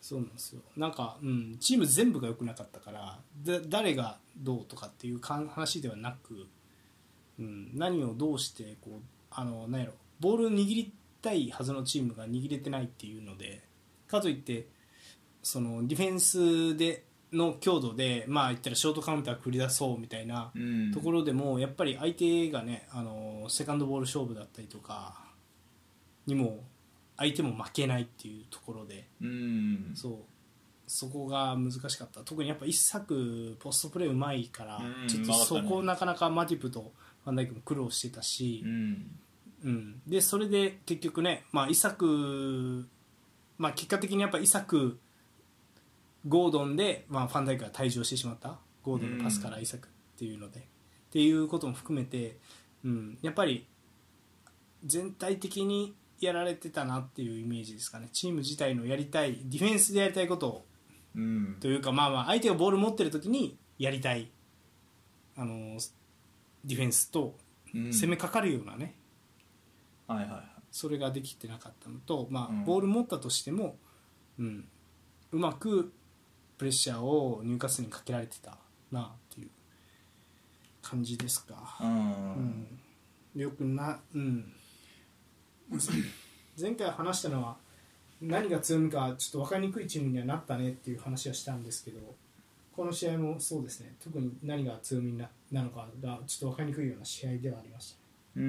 Speaker 1: そうなんですよなんか、うん、チーム全部が良くなかったからだ誰がどうとかっていうかん話ではなく、うん、何をどうしてこうあの何やろボールを握りたいはずのチームが握れてないっていうのでかといってそのディフェンスでの強度でまあ言ったらショートカウンター繰り出そうみたいな
Speaker 2: うん
Speaker 1: ところでもやっぱり相手がねあのセカンドボール勝負だったりとかにも相手も負けないっていうところで。
Speaker 2: うん
Speaker 1: そうそこが難しかった特にやっぱ一作ポストプレーうまいから、
Speaker 2: うん
Speaker 1: ちょっと
Speaker 2: うまかった
Speaker 1: そ
Speaker 2: ね
Speaker 1: こをなかなかマティプとファンダイクも苦労してたし
Speaker 2: う、ん
Speaker 1: うんでそれで結局ね、まあ、イサク、まあ、結果的にやっぱイサクゴードンで、まあ、ファンダイクが退場してしまったゴードンのパスからイサクっていうので、っていうことも含めて、うん、やっぱり全体的にやられてたなっていうイメージですかねチーム自体のやりたいディフェンスでやりたいことを
Speaker 2: うん
Speaker 1: というかまあまあ相手がボール持ってる時にやりたいあのディフェンスと
Speaker 2: うん
Speaker 1: 攻めかかるようなね、
Speaker 2: はいはいはい
Speaker 1: それができてなかったのと、まあ
Speaker 2: うん
Speaker 1: ボール持ったとしても、うん、うまくプレッシャーを入荷数にかけられてたなっていう感じですか。
Speaker 2: う
Speaker 1: うんんよくな、うん、前回話したのは何が強みかちょっと分かりにくいチームにはなったねっていう話はしたんですけどこの試合もそうですね特に何が強みななのかがちょっと分かりにくいような試合ではありましたね
Speaker 2: う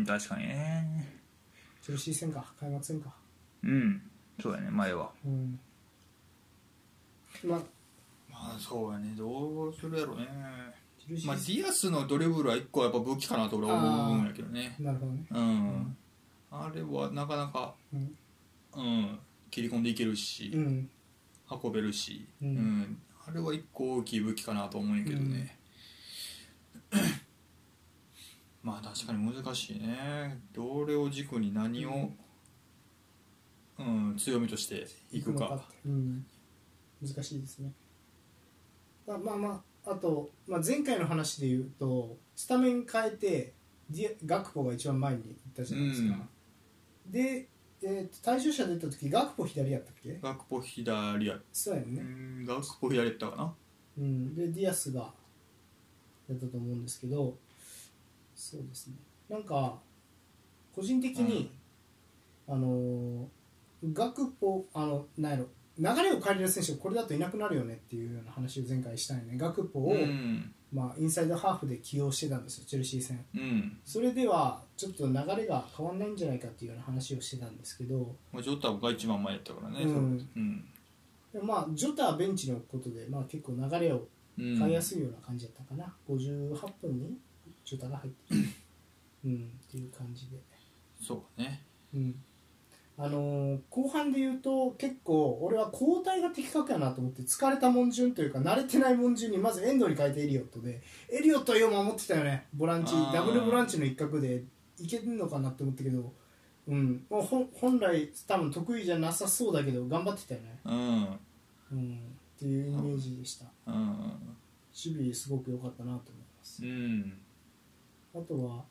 Speaker 2: ん確かにね
Speaker 1: チェルシー戦か開幕戦か
Speaker 2: うんそうやね前は
Speaker 1: うんまあ
Speaker 2: まあそうやねどうするやろうね
Speaker 1: チェルシー
Speaker 2: まあディアスのドリブルは一個はやっぱ武器かなと俺は思うんやけどね
Speaker 1: なるほどね、
Speaker 2: うんあれはなかなか
Speaker 1: うん
Speaker 2: うん切り込んでいけるし
Speaker 1: うん、
Speaker 2: 運べるし、
Speaker 1: う
Speaker 2: うんんあれは一個大きい武器かなと思うんやけどね、 *coughs* まあ確かに難しいねどれを軸に何を、うん強みとしていくか
Speaker 1: うん、難しいですねまあまあまああと、まあ、前回の話で言うとスタメン変えてディアガクポが一番前に行ったじゃないですか、で、えーと退場者出た時ガクポ左やったっけ
Speaker 2: 学ポ左や
Speaker 1: そうやん
Speaker 2: う
Speaker 1: ね、
Speaker 2: ん学ポ左やったかな
Speaker 1: うん、でディアスがやったと思うんですけどそうですねなんか個人的に、あのーガクポあのなんやろ流れを変えれる選手がこれだといなくなるよねっていうような話を前回したよねガクポを、
Speaker 2: うん
Speaker 1: まあ、インサイドハーフで起用してたんですよチェルシー戦
Speaker 2: うん
Speaker 1: それではちょっと流れが変わんないんじゃないかっていうような話をしてたんですけど
Speaker 2: まあジョタが一番前やったからね、
Speaker 1: うん
Speaker 2: うん
Speaker 1: でまあジョタはベンチに置くことで、まあ、結構流れを
Speaker 2: うん、
Speaker 1: 買いやすいような感じだったかな、58分に中タが入って
Speaker 2: *laughs*
Speaker 1: るうんっていう感じで、
Speaker 2: そうね
Speaker 1: うんあのー後半で言うと結構俺は交代が的確やなと思って疲れたもん順というか慣れてないもん順にまずエンドに変えてエリオットでエリオットはよう守ってたよねボランチ
Speaker 2: あー
Speaker 1: ダブルボランチの一角でいけるのかなって思ったけど、うん、もうほん本来多分得意じゃなさそうだけど頑張ってたよね、
Speaker 2: うん
Speaker 1: うん、っていうイメージでした
Speaker 2: うん
Speaker 1: 守備すごく良かったなと思います
Speaker 2: うん
Speaker 1: あとは、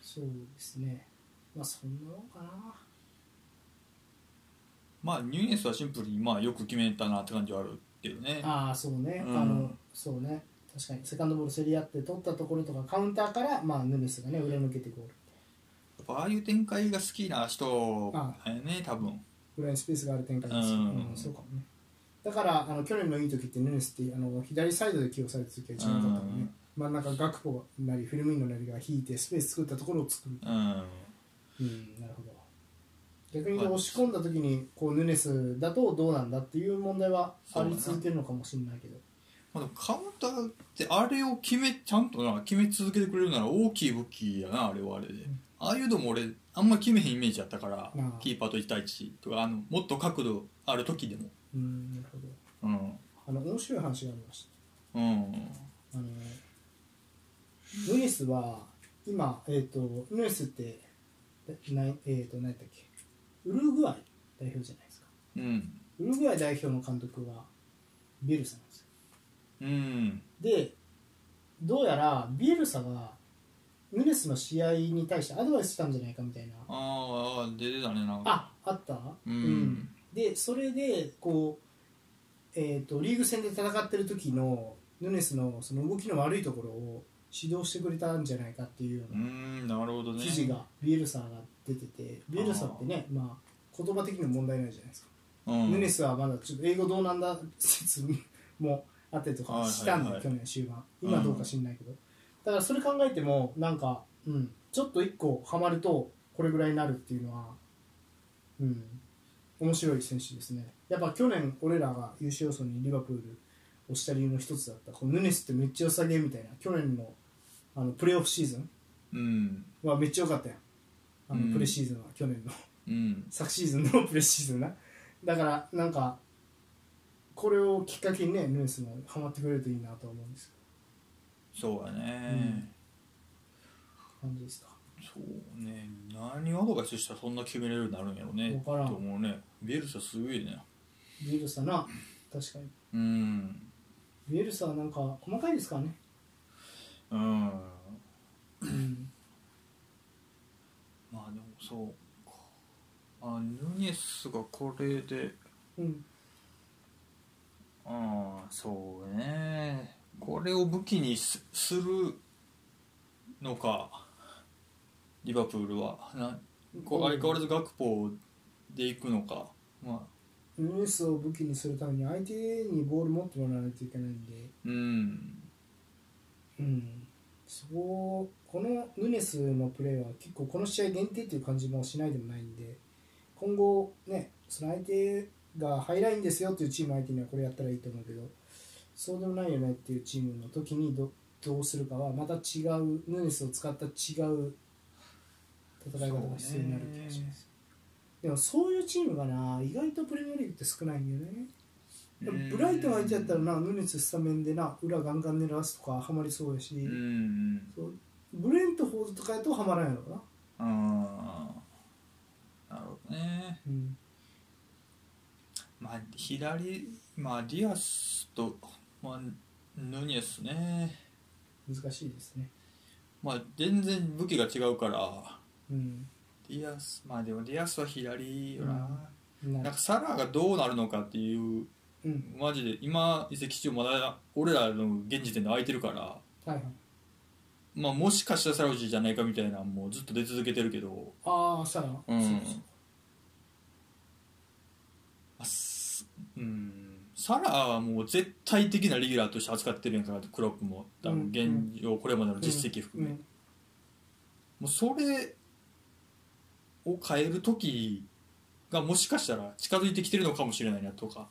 Speaker 1: そうですね。まあ、そんなもんかな。
Speaker 2: まあニューエスはシンプルにまあよく決めたなって感じはあるけどね
Speaker 1: ああ、そうね。
Speaker 2: うん
Speaker 1: あの、そうね。確かに、セカンドボール競り合って取ったところとか、カウンターから、まあ、ヌネスがね、裏抜けてゴール。
Speaker 2: やっぱああいう展開が好きな人だよね多分
Speaker 1: 裏にスペースがある展開ですよ、
Speaker 2: うん
Speaker 1: うんそうかもね。だから、あの去年のいい時って、ヌネスってあの左サイドで起用された時は一番良かったもんね。真ん中、ガクポなり、フィルミーノなりが引いて、スペース作ったところを作る。
Speaker 2: うん
Speaker 1: うん、なるほど。逆に言うと押し込んだ時にこうヌネスだとどうなんだっていう問題はあり続けるのかもしれないけど
Speaker 2: まあ、でもカウンターってあれを決めちゃんとな決め続けてくれるなら大きい武器やなあれはあれで、ああいうのも俺あんま決めへんイメージやったから、
Speaker 1: うん
Speaker 2: キーパーと1対1とかあのもっと角度ある時でも
Speaker 1: うんなるほど
Speaker 2: うん
Speaker 1: あの面白い話がありました
Speaker 2: うん
Speaker 1: あのヌネスは今、えー、とヌネスってない、えー、と何やったっけウルグアイ代表じゃないですか
Speaker 2: うん
Speaker 1: ウルグアイ代表の監督はビエルサなんですよ
Speaker 2: うん
Speaker 1: でどうやらビエルサがヌネスの試合に対してアドバイスしたんじゃないかみたいな
Speaker 2: ああ出てたねなんか
Speaker 1: ああった
Speaker 2: うん
Speaker 1: でそれでこう、えー、とリーグ戦で戦ってる時のヌネスのその動きの悪いところを指導してくれたんじゃないかっていうよう
Speaker 2: う
Speaker 1: なん
Speaker 2: なるほどね
Speaker 1: 記事がビエルサーが出ててビエルサーってねまあ、言葉的にも問題ないじゃないですか、
Speaker 2: うん
Speaker 1: ヌネスはまだちょっと英語どうなんだ説もあってとかしたんだ、
Speaker 2: はいはいはい
Speaker 1: 去年終盤今どうか知んないけど、だからそれ考えてもなんか、うん、ちょっと一個ハマるとこれぐらいになるっていうのはうん面白い選手ですねやっぱ去年俺らが優勝予想にリバプールをした理由の一つだったこのヌネスってめっちゃ良さげみたいな去年のあのプレーオフシーズン
Speaker 2: うん
Speaker 1: はめっちゃ良かったよあ
Speaker 2: うん
Speaker 1: のプレシーズンは、去年の
Speaker 2: うん
Speaker 1: 昨シーズンのプレシーズンなだからなんかこれをきっかけにねヌースもハマってくれるといいなと思うんです
Speaker 2: そうやね、
Speaker 1: けど感じですか
Speaker 2: そうね何をアドバイスしたらそんな決めれるようになるんやろうね
Speaker 1: わからん
Speaker 2: と思うねビエルサすごいね
Speaker 1: ビエルサな確かに
Speaker 2: うん
Speaker 1: ビエルサはなんか細かいですからね、
Speaker 2: うん
Speaker 1: うん、
Speaker 2: まあでもそうかあヌニェスがこれで
Speaker 1: うん
Speaker 2: うんそうねこれを武器にすするのかリバプールはなこう相変わらず学法でいくのかまあ
Speaker 1: ヌースを武器にするために相手にボール持ってもらわないといけないんで
Speaker 2: うん
Speaker 1: うんそここのヌネスのプレーは結構この試合限定という感じもしないでもないんで今後ねその相手がハイラインですよっていうチーム相手にはこれやったらいいと思うけどそうでもないよねっていうチームの時にどどうするかはまた違うヌネスを使った違う戦い方が必要になる気がしますでもそういうチームがな意外とプレミアリーグって少ないんだよね
Speaker 2: うん
Speaker 1: ブライトン相手やったらな、ヌネススタメンでな、裏ガンガン狙わすとかハマりそうやし、
Speaker 2: うん
Speaker 1: そうブレントフォードとかやとハマらんやろうな、
Speaker 2: あーなるほどね
Speaker 1: うん
Speaker 2: まあ左まあディアスと、まあ、ヌニェスね
Speaker 1: 難しいですね。
Speaker 2: まあ全然武器が違うから
Speaker 1: うん、
Speaker 2: ディアスまあでもディアスは左よな、
Speaker 1: な
Speaker 2: なんかサラがどうなるのかっていう
Speaker 1: うん、
Speaker 2: マジで今移籍中まだ俺らの現時点で空いてるから、
Speaker 1: はいはい。
Speaker 2: まあ、もしかしたらサラウジじゃないかみたいなのもずっと出続けてるけど、
Speaker 1: ああ、サラ。
Speaker 2: うん
Speaker 1: そうそう
Speaker 2: あすうん、サラはもう絶対的なレギュラーとして扱ってるやんかなとクロップも多分現状これまでの実績含め、
Speaker 1: うん
Speaker 2: もうそれを変える時がもしかしたら近づいてきてるのかもしれないなとか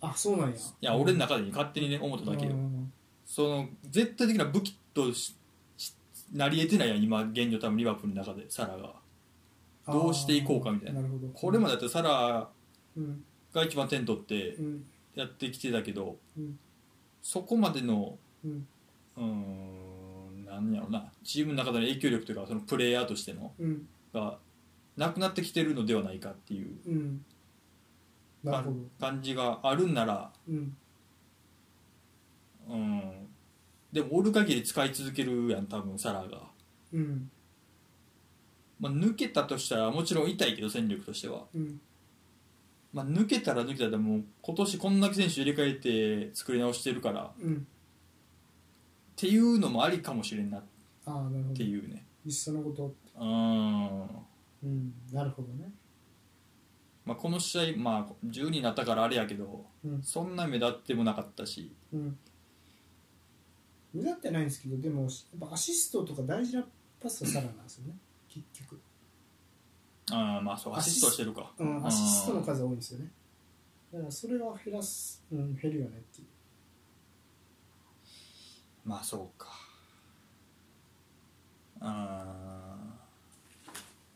Speaker 1: あ、そうなんや。
Speaker 2: いや俺の中で勝手にね思っただけよ、
Speaker 1: うん
Speaker 2: その絶対的な武器とししなり得てないやん今現状多分リバプールの中でサラがどうしていこうかみたいな
Speaker 1: あーなるほど。
Speaker 2: これまでだってサラ
Speaker 1: うん、
Speaker 2: が一番点取って
Speaker 1: うん、
Speaker 2: やってきてたけど、
Speaker 1: うん
Speaker 2: そこまでの
Speaker 1: うん、
Speaker 2: うーんなんやろなチームの中での影響力というかそのプレイヤーとしての
Speaker 1: うん、
Speaker 2: がなくなってきてるのではないかっていう
Speaker 1: うん。なるほど。
Speaker 2: 感感じがあるんなら
Speaker 1: うん、
Speaker 2: うんでもおる限り使い続けるやん多分サラが、
Speaker 1: うん、
Speaker 2: まあ、抜けたとしたらもちろん痛いけど戦力としては、
Speaker 1: うん、
Speaker 2: まあ、抜けたら抜けたらもう今年こんだけ選手入れ替えて作り直してるからっ
Speaker 1: うん。
Speaker 2: ていうのもありかもしれんなっ
Speaker 1: ああ、なるほ
Speaker 2: て
Speaker 1: ど。
Speaker 2: いうね
Speaker 1: いっそのこと。
Speaker 2: うん
Speaker 1: うん、なるほどね。
Speaker 2: まあ、この試合、まあ、10になったからあれやけど
Speaker 1: うん。
Speaker 2: そんな目立ってもなかったし
Speaker 1: うん、目立ってないんですけどでもやっぱアシストとか大事なパスはサラなんですよね結局
Speaker 2: ああーまあそうアシストはしてるか
Speaker 1: うん、アシストの数が多いんですよね。だからそれは減らす、うん、減るよねっていう。
Speaker 2: まあそうかあ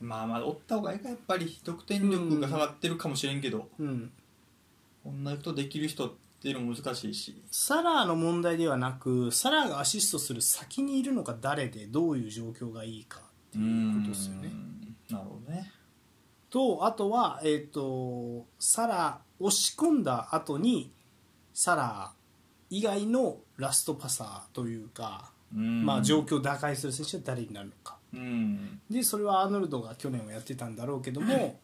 Speaker 2: ーまあまあ追った方がいいかやっぱり得点力が下がってるかもしれんけど、
Speaker 1: うん、
Speaker 2: 同じことできる人っていうのも難しいし
Speaker 1: サラーの問題ではなく、サラーがアシストする先にいるのが誰で、どういう状況がいいかっていうことですよね。
Speaker 2: なるほどね
Speaker 1: とあとは、えっとサラ押し込んだ後にサラ以外のラストパサーというか、
Speaker 2: うん
Speaker 1: まあ、状況を打開する選手は誰になるのか
Speaker 2: うん
Speaker 1: でそれはアーノルドが去年はやってたんだろうけども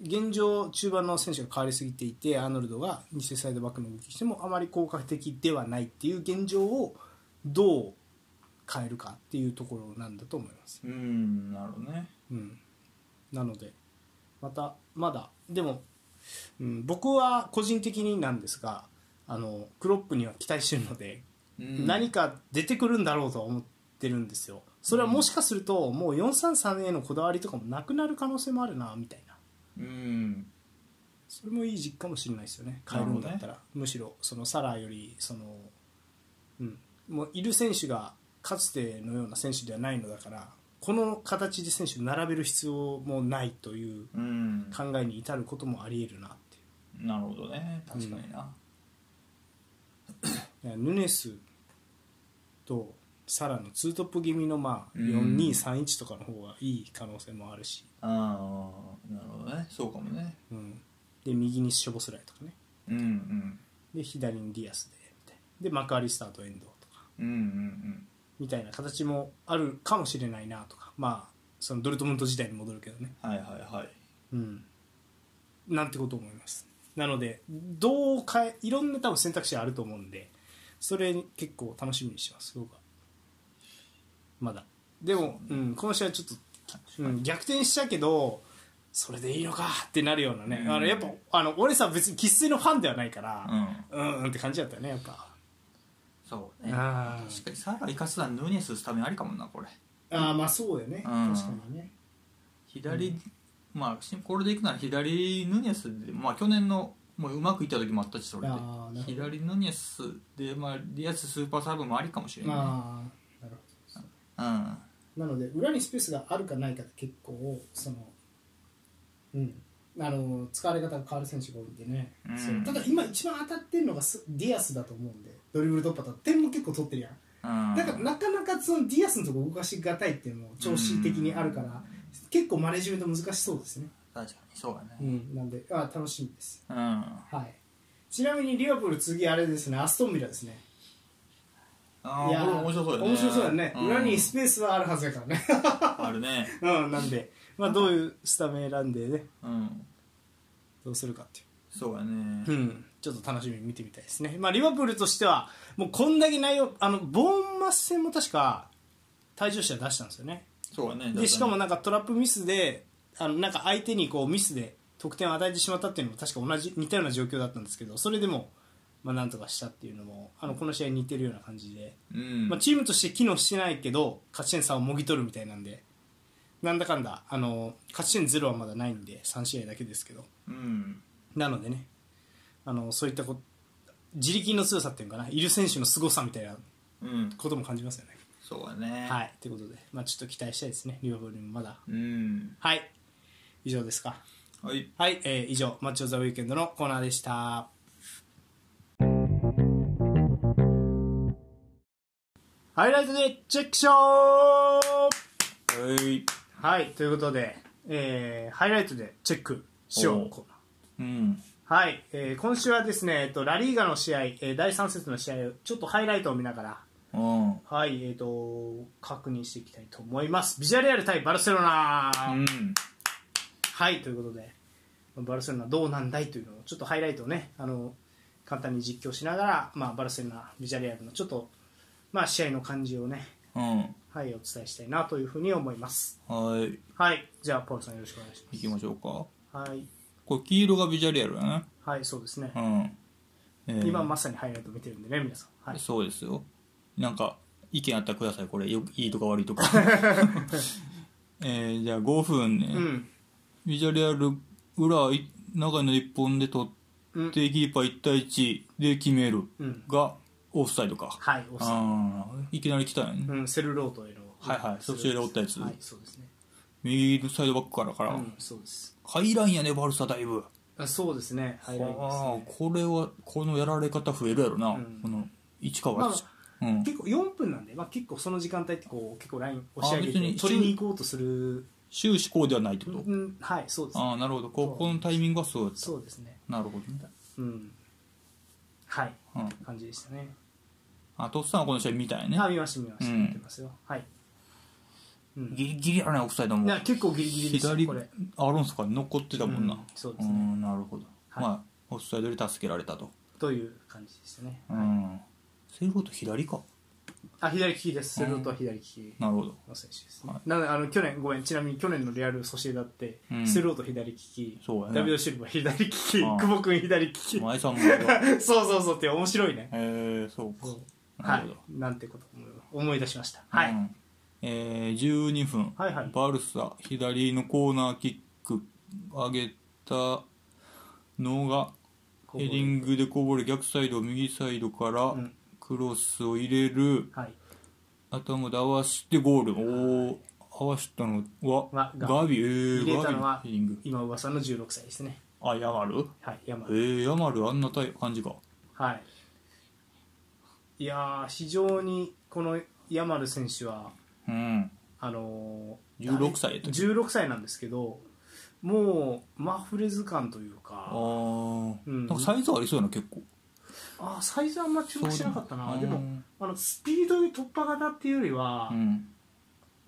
Speaker 1: 現状中盤の選手が変わりすぎていてアーノルドが偽サイドバックの動きしてもあまり効果的ではないっていう現状をどう変えるかっていうところなんだと思います。
Speaker 2: うんなるほどね
Speaker 1: うん、なのでまたまだでも、うん、僕は個人的になんですがあのクロップには期待してるので、
Speaker 2: うん
Speaker 1: 何か出てくるんだろうとは思ってるんですよそれはもしかすると、もう433へのこだわりとかもなくなる可能性もあるなみたいな
Speaker 2: うん
Speaker 1: それもいい実かもしれないですよね変えるんだったら、むしろそのサラーよりその、うん、もういる選手がかつてのような選手ではないのだからこの形で選手を並べる必要もないという
Speaker 2: うん
Speaker 1: 考えに至ることもありえるなっていう
Speaker 2: なるほどね確かにな、
Speaker 1: いやヌネスとサラのツートップ気味のまあ
Speaker 2: うん
Speaker 1: 4231とかの方がいい可能性もあるし、
Speaker 2: ああなるほどねそうかもね
Speaker 1: うん、で右にショボスライとかね
Speaker 2: うんうん
Speaker 1: で左にディアスでみたいなでマクアリスターと遠藤とか
Speaker 2: うんうん
Speaker 1: みたいな形もあるかもしれないなとかまあそのドルトムント時代に戻るけどね、
Speaker 2: うんはいはいはい
Speaker 1: うん、なんてこと思いますなのでどう変えいろんな多分選択肢あると思うんでそれ結構楽しみにしてます僕はまだでも、うん、この試合ちょっと、うん、逆転したけどそれでいいのかってなるようなね、
Speaker 2: うん
Speaker 1: あのやっぱあの俺さ別に生粋のファンではないから、
Speaker 2: ん
Speaker 1: うん、うんって感じだったよねやっぱ
Speaker 2: そうね
Speaker 1: あー
Speaker 2: 確かにサラ生かすのはヌニエススタメンありかもなこれ
Speaker 1: ああまあそうだよね、
Speaker 2: うん
Speaker 1: 確かにね
Speaker 2: 左、まあしこれでいくなら左ヌニエスでまあ去年のもううまくいった時もあったしそれ
Speaker 1: あ
Speaker 2: で
Speaker 1: ーなるほど
Speaker 2: 左ヌニエスでまあリアススーパーサーブもありかもしれない、
Speaker 1: まあなるほど
Speaker 2: うん
Speaker 1: なので裏にスペースがあるかないかで結構その、うん、あの使われ方が変わる選手が多いんでね、
Speaker 2: うん
Speaker 1: そうただ今一番当たってるのがスディアスだと思うんでドリブル突破と点も結構取ってるやん
Speaker 2: うん
Speaker 1: だからなかなかそのディアスのとこ動かしがたいっていうのも調子的にあるから、結構マネジメント難しそうですね、
Speaker 2: 確かにそうだ
Speaker 1: う
Speaker 2: ね
Speaker 1: ん、なんであ楽しみです、
Speaker 2: うん、
Speaker 1: はい、ちなみにリバプール次あれですねアストンビラですね
Speaker 2: あ
Speaker 1: いや
Speaker 2: あこれも面白そうだよね
Speaker 1: 面白そうだね、
Speaker 2: うん
Speaker 1: 裏にスペースはあるはずだからね
Speaker 2: あるね
Speaker 1: うんなんでまあどういうスタメン選んでね
Speaker 2: うん
Speaker 1: どうするかっていう
Speaker 2: そうだね
Speaker 1: うん、ちょっと楽しみに見てみたいですね、まあ、リバプールとしてはもうこんだけ内容あのボーンマス戦も確か退場者出したんですよね
Speaker 2: そうだね
Speaker 1: でしかもなんかトラップミスであのなんか相手にこうミスで得点を与えてしまったっていうのも確か同じ似たような状況だったんですけどそれでも、まあ、なんとかしたっていうのもあのこの試合に似てるような感じで、
Speaker 2: うん、
Speaker 1: まあ、チームとして機能してないけど勝ち点差をもぎ取るみたいなんでなんだかんだあの勝ち点0はまだないんで3試合だけですけど
Speaker 2: うん
Speaker 1: なのでねあのそういったこ自力の強さっていうのかないる選手の凄さみたいな
Speaker 2: うん
Speaker 1: ことも感じますよね。
Speaker 2: そうだね
Speaker 1: はいということで、まあ、ちょっと期待したいですねリバプールにもまだ
Speaker 2: うん
Speaker 1: はい以上ですか
Speaker 2: はい
Speaker 1: はい、えー以上マッチョ・ザ・ウィークエンドのコーナーでしたハイライトでチェックショー
Speaker 2: はい
Speaker 1: はいということで、えーハイライトでチェックしよう
Speaker 2: おう
Speaker 1: コーナー
Speaker 2: うん
Speaker 1: はい、えー今週はですね、えっと、ラリーガの試合、えー第3節の試合をちょっとハイライトを見ながら、
Speaker 2: うん
Speaker 1: はいえー、と確認していきたいと思います。ビジャレアル対バルセロナ、
Speaker 2: うん
Speaker 1: はいということで、バルセロナどうなんだいというのを、ちょっとハイライトをね、あの簡単に実況しながら、まあ、バルセロナ、ビジャレアルのちょっと、まあ、試合の感じをね、
Speaker 2: うん
Speaker 1: はい、お伝えしたいなというふうに思います。
Speaker 2: はい
Speaker 1: はい、じゃあ、ポールさん、よろしくお願いし
Speaker 2: 行きましょうか
Speaker 1: ます。はい、
Speaker 2: これ黄色がビジャレアルだね
Speaker 1: はい、そうですね
Speaker 2: う、ん、えー
Speaker 1: 今まさにハイライト見てるんでね、皆さん。はい、
Speaker 2: そうですよなんか意見
Speaker 1: *laughs*
Speaker 2: あったらくださいこれよいいとか悪いとかえーじゃあ5分ね、
Speaker 1: うん、
Speaker 2: ビジャレアル裏い長いの1本で取
Speaker 1: うん
Speaker 2: ってキーパー1対1で決める
Speaker 1: うん
Speaker 2: がオフサイドか、
Speaker 1: はいオフサイ
Speaker 2: ああいきなり来たよね、
Speaker 1: ドうんセルロートへの
Speaker 2: はいはいそちらで折ったやつ
Speaker 1: はいそうですね
Speaker 2: 右のサイドバックからから、
Speaker 1: うんそうです
Speaker 2: 入らんやねバルサだいぶ
Speaker 1: あそうですねハイライトです
Speaker 2: ああ
Speaker 1: ね
Speaker 2: これはこのやられ方増えるやろな、
Speaker 1: ん
Speaker 2: この市川、
Speaker 1: ま
Speaker 2: うん、
Speaker 1: 結構4分なんで、まあ、結構その時間帯ってこう結構ライン押し上げ
Speaker 2: あ別
Speaker 1: て
Speaker 2: に
Speaker 1: 取りに行こうとする、
Speaker 2: 終始こうではないって
Speaker 1: う
Speaker 2: こと、
Speaker 1: ん、はいそうです
Speaker 2: ああなるほどここのタイミングはそうやった
Speaker 1: そうですね
Speaker 2: なるほどね、
Speaker 1: うんはい
Speaker 2: うん、
Speaker 1: 感じでしたね
Speaker 2: あとっさんはこの試合見たんや
Speaker 1: あ
Speaker 2: ね
Speaker 1: 見ました見ました、
Speaker 2: うん
Speaker 1: 見てますよはい、うん、い
Speaker 2: ギリギリやねオフサイドも
Speaker 1: や結構ギリギリですよ
Speaker 2: 左
Speaker 1: これ
Speaker 2: アロンソが残ってたもんな、
Speaker 1: うんそうですね
Speaker 2: んなるほど、
Speaker 1: はい
Speaker 2: まあオフサイドで助けられたと、
Speaker 1: という感じでしたね、
Speaker 2: うんセルロート左か
Speaker 1: あ左利きですセルロートは左利き
Speaker 2: なるほど
Speaker 1: の選手ですね、
Speaker 2: はい
Speaker 1: なのであの去年ごめんちなみに去年のレアル・ソシエダって、
Speaker 2: うん
Speaker 1: セルロート左利き、
Speaker 2: そうやね
Speaker 1: ダビド・シルバ左利き
Speaker 2: ああ
Speaker 1: 久保君左利きそう
Speaker 2: 前さんもあれだへ
Speaker 1: そうそうって面白いね
Speaker 2: えそうか
Speaker 1: は
Speaker 2: なるほど
Speaker 1: い、なんてことを思い出しました。はい、
Speaker 2: うんえー、12分、
Speaker 1: はいはい
Speaker 2: バルサ左のコーナーキック上げたのが
Speaker 1: ここ
Speaker 2: ヘディングでこぼれ逆サイド右サイドから
Speaker 1: ん
Speaker 2: クロスを入れる
Speaker 1: はい、
Speaker 2: 頭で合わせてゴールおお合わせたのは
Speaker 1: はガビ
Speaker 2: ガビえー
Speaker 1: 入れたの
Speaker 2: ガ
Speaker 1: は
Speaker 2: ビヘディング
Speaker 1: 今噂の16歳ですね。
Speaker 2: あヤマル
Speaker 1: はい、山
Speaker 2: えー、ヤマルあんなタイ感じか
Speaker 1: はい。いやー、非常にこの山ル選手は、
Speaker 2: うん
Speaker 1: あのー、
Speaker 2: 16歳やったっけ
Speaker 1: 16歳なんですけど、もう、マフレズ感という
Speaker 2: あ
Speaker 1: か、
Speaker 2: ー
Speaker 1: うん
Speaker 2: なんかサイズありそうやな結構
Speaker 1: あーサイズあんま注目しなかったな、
Speaker 2: そう
Speaker 1: で
Speaker 2: だね
Speaker 1: も、あのスピードで突破型っていうよりは
Speaker 2: う、ん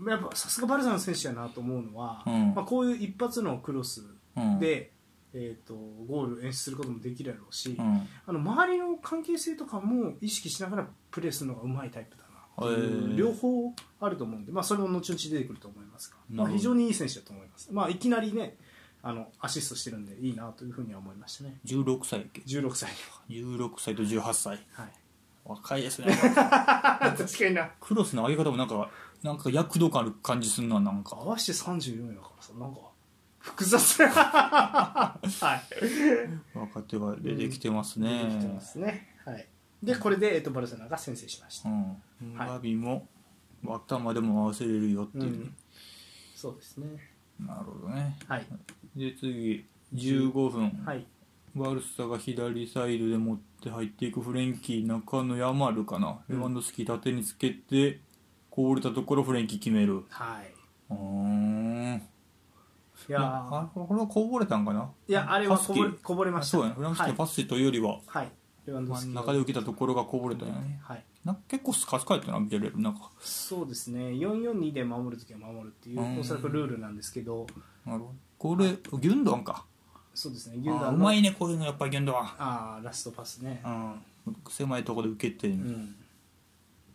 Speaker 1: やっぱさすがバルサの選手やなと思うのは、
Speaker 2: うん
Speaker 1: まあ、こういう一発のクロス
Speaker 2: うん
Speaker 1: で、えー、とゴール演出することもできるやろうし、
Speaker 2: うん
Speaker 1: あの周りの関係性とかも意識しながらプレーするのがうまいタイプだなっていう
Speaker 2: へー
Speaker 1: 両方あると思うんで、まあ、それも後々出てくると思いますが、
Speaker 2: なるほど
Speaker 1: まあ、非常にいい選手だと思います、まあ、いきなりねあのアシストしてるんでいいなというふうには思いましたね
Speaker 2: 16歳やっけ
Speaker 1: 16歳
Speaker 2: 16歳と18歳
Speaker 1: は、はい、
Speaker 2: *laughs* 若いですね
Speaker 1: 確かにな
Speaker 2: クロスの上げ方もなんかなんか躍動感ある感じするななんか
Speaker 1: 合わせて34位だからさなんか複雑
Speaker 2: *laughs*
Speaker 1: なはい
Speaker 2: 若手が出てきてますね、
Speaker 1: できてますね、はい、でこれで、えっと、バルセロナが先制しました
Speaker 2: うん、
Speaker 1: はい
Speaker 2: ガビも頭でも合わせれるよっていう
Speaker 1: う
Speaker 2: ね
Speaker 1: ん、そうですね
Speaker 2: なるほどね
Speaker 1: はい
Speaker 2: で次15分、
Speaker 1: はい
Speaker 2: バルサが左サイドで持って入っていくフレンキー中野ヤマルかな、
Speaker 1: うん
Speaker 2: レバンドフスキー縦につけてこぼれたところフレンキー決める
Speaker 1: はい
Speaker 2: うーん
Speaker 1: い
Speaker 2: い
Speaker 1: やー
Speaker 2: あこれはこぼれたんかない
Speaker 1: やあれはこぼれ
Speaker 2: パスキー
Speaker 1: こぼれま
Speaker 2: あ
Speaker 1: した
Speaker 2: そうやねフランス
Speaker 1: は
Speaker 2: の
Speaker 1: い
Speaker 2: パスというよりは
Speaker 1: はいレバンドフス
Speaker 2: 真
Speaker 1: キ
Speaker 2: ん
Speaker 1: が
Speaker 2: 中で受けたところがこぼれたんやね
Speaker 1: はい
Speaker 2: なんか結構スカスカやったなビジャレアルなんか
Speaker 1: そうですね442で守るときは守るっていう
Speaker 2: うん
Speaker 1: おそらくルールなんですけど
Speaker 2: なるほどこれギュンドアンか
Speaker 1: そうですね牛
Speaker 2: あ
Speaker 1: 団の
Speaker 2: ーうまいねこういうのやっぱりギュンドアン
Speaker 1: あーラストパスね
Speaker 2: うん、狭いところで受けて、
Speaker 1: うん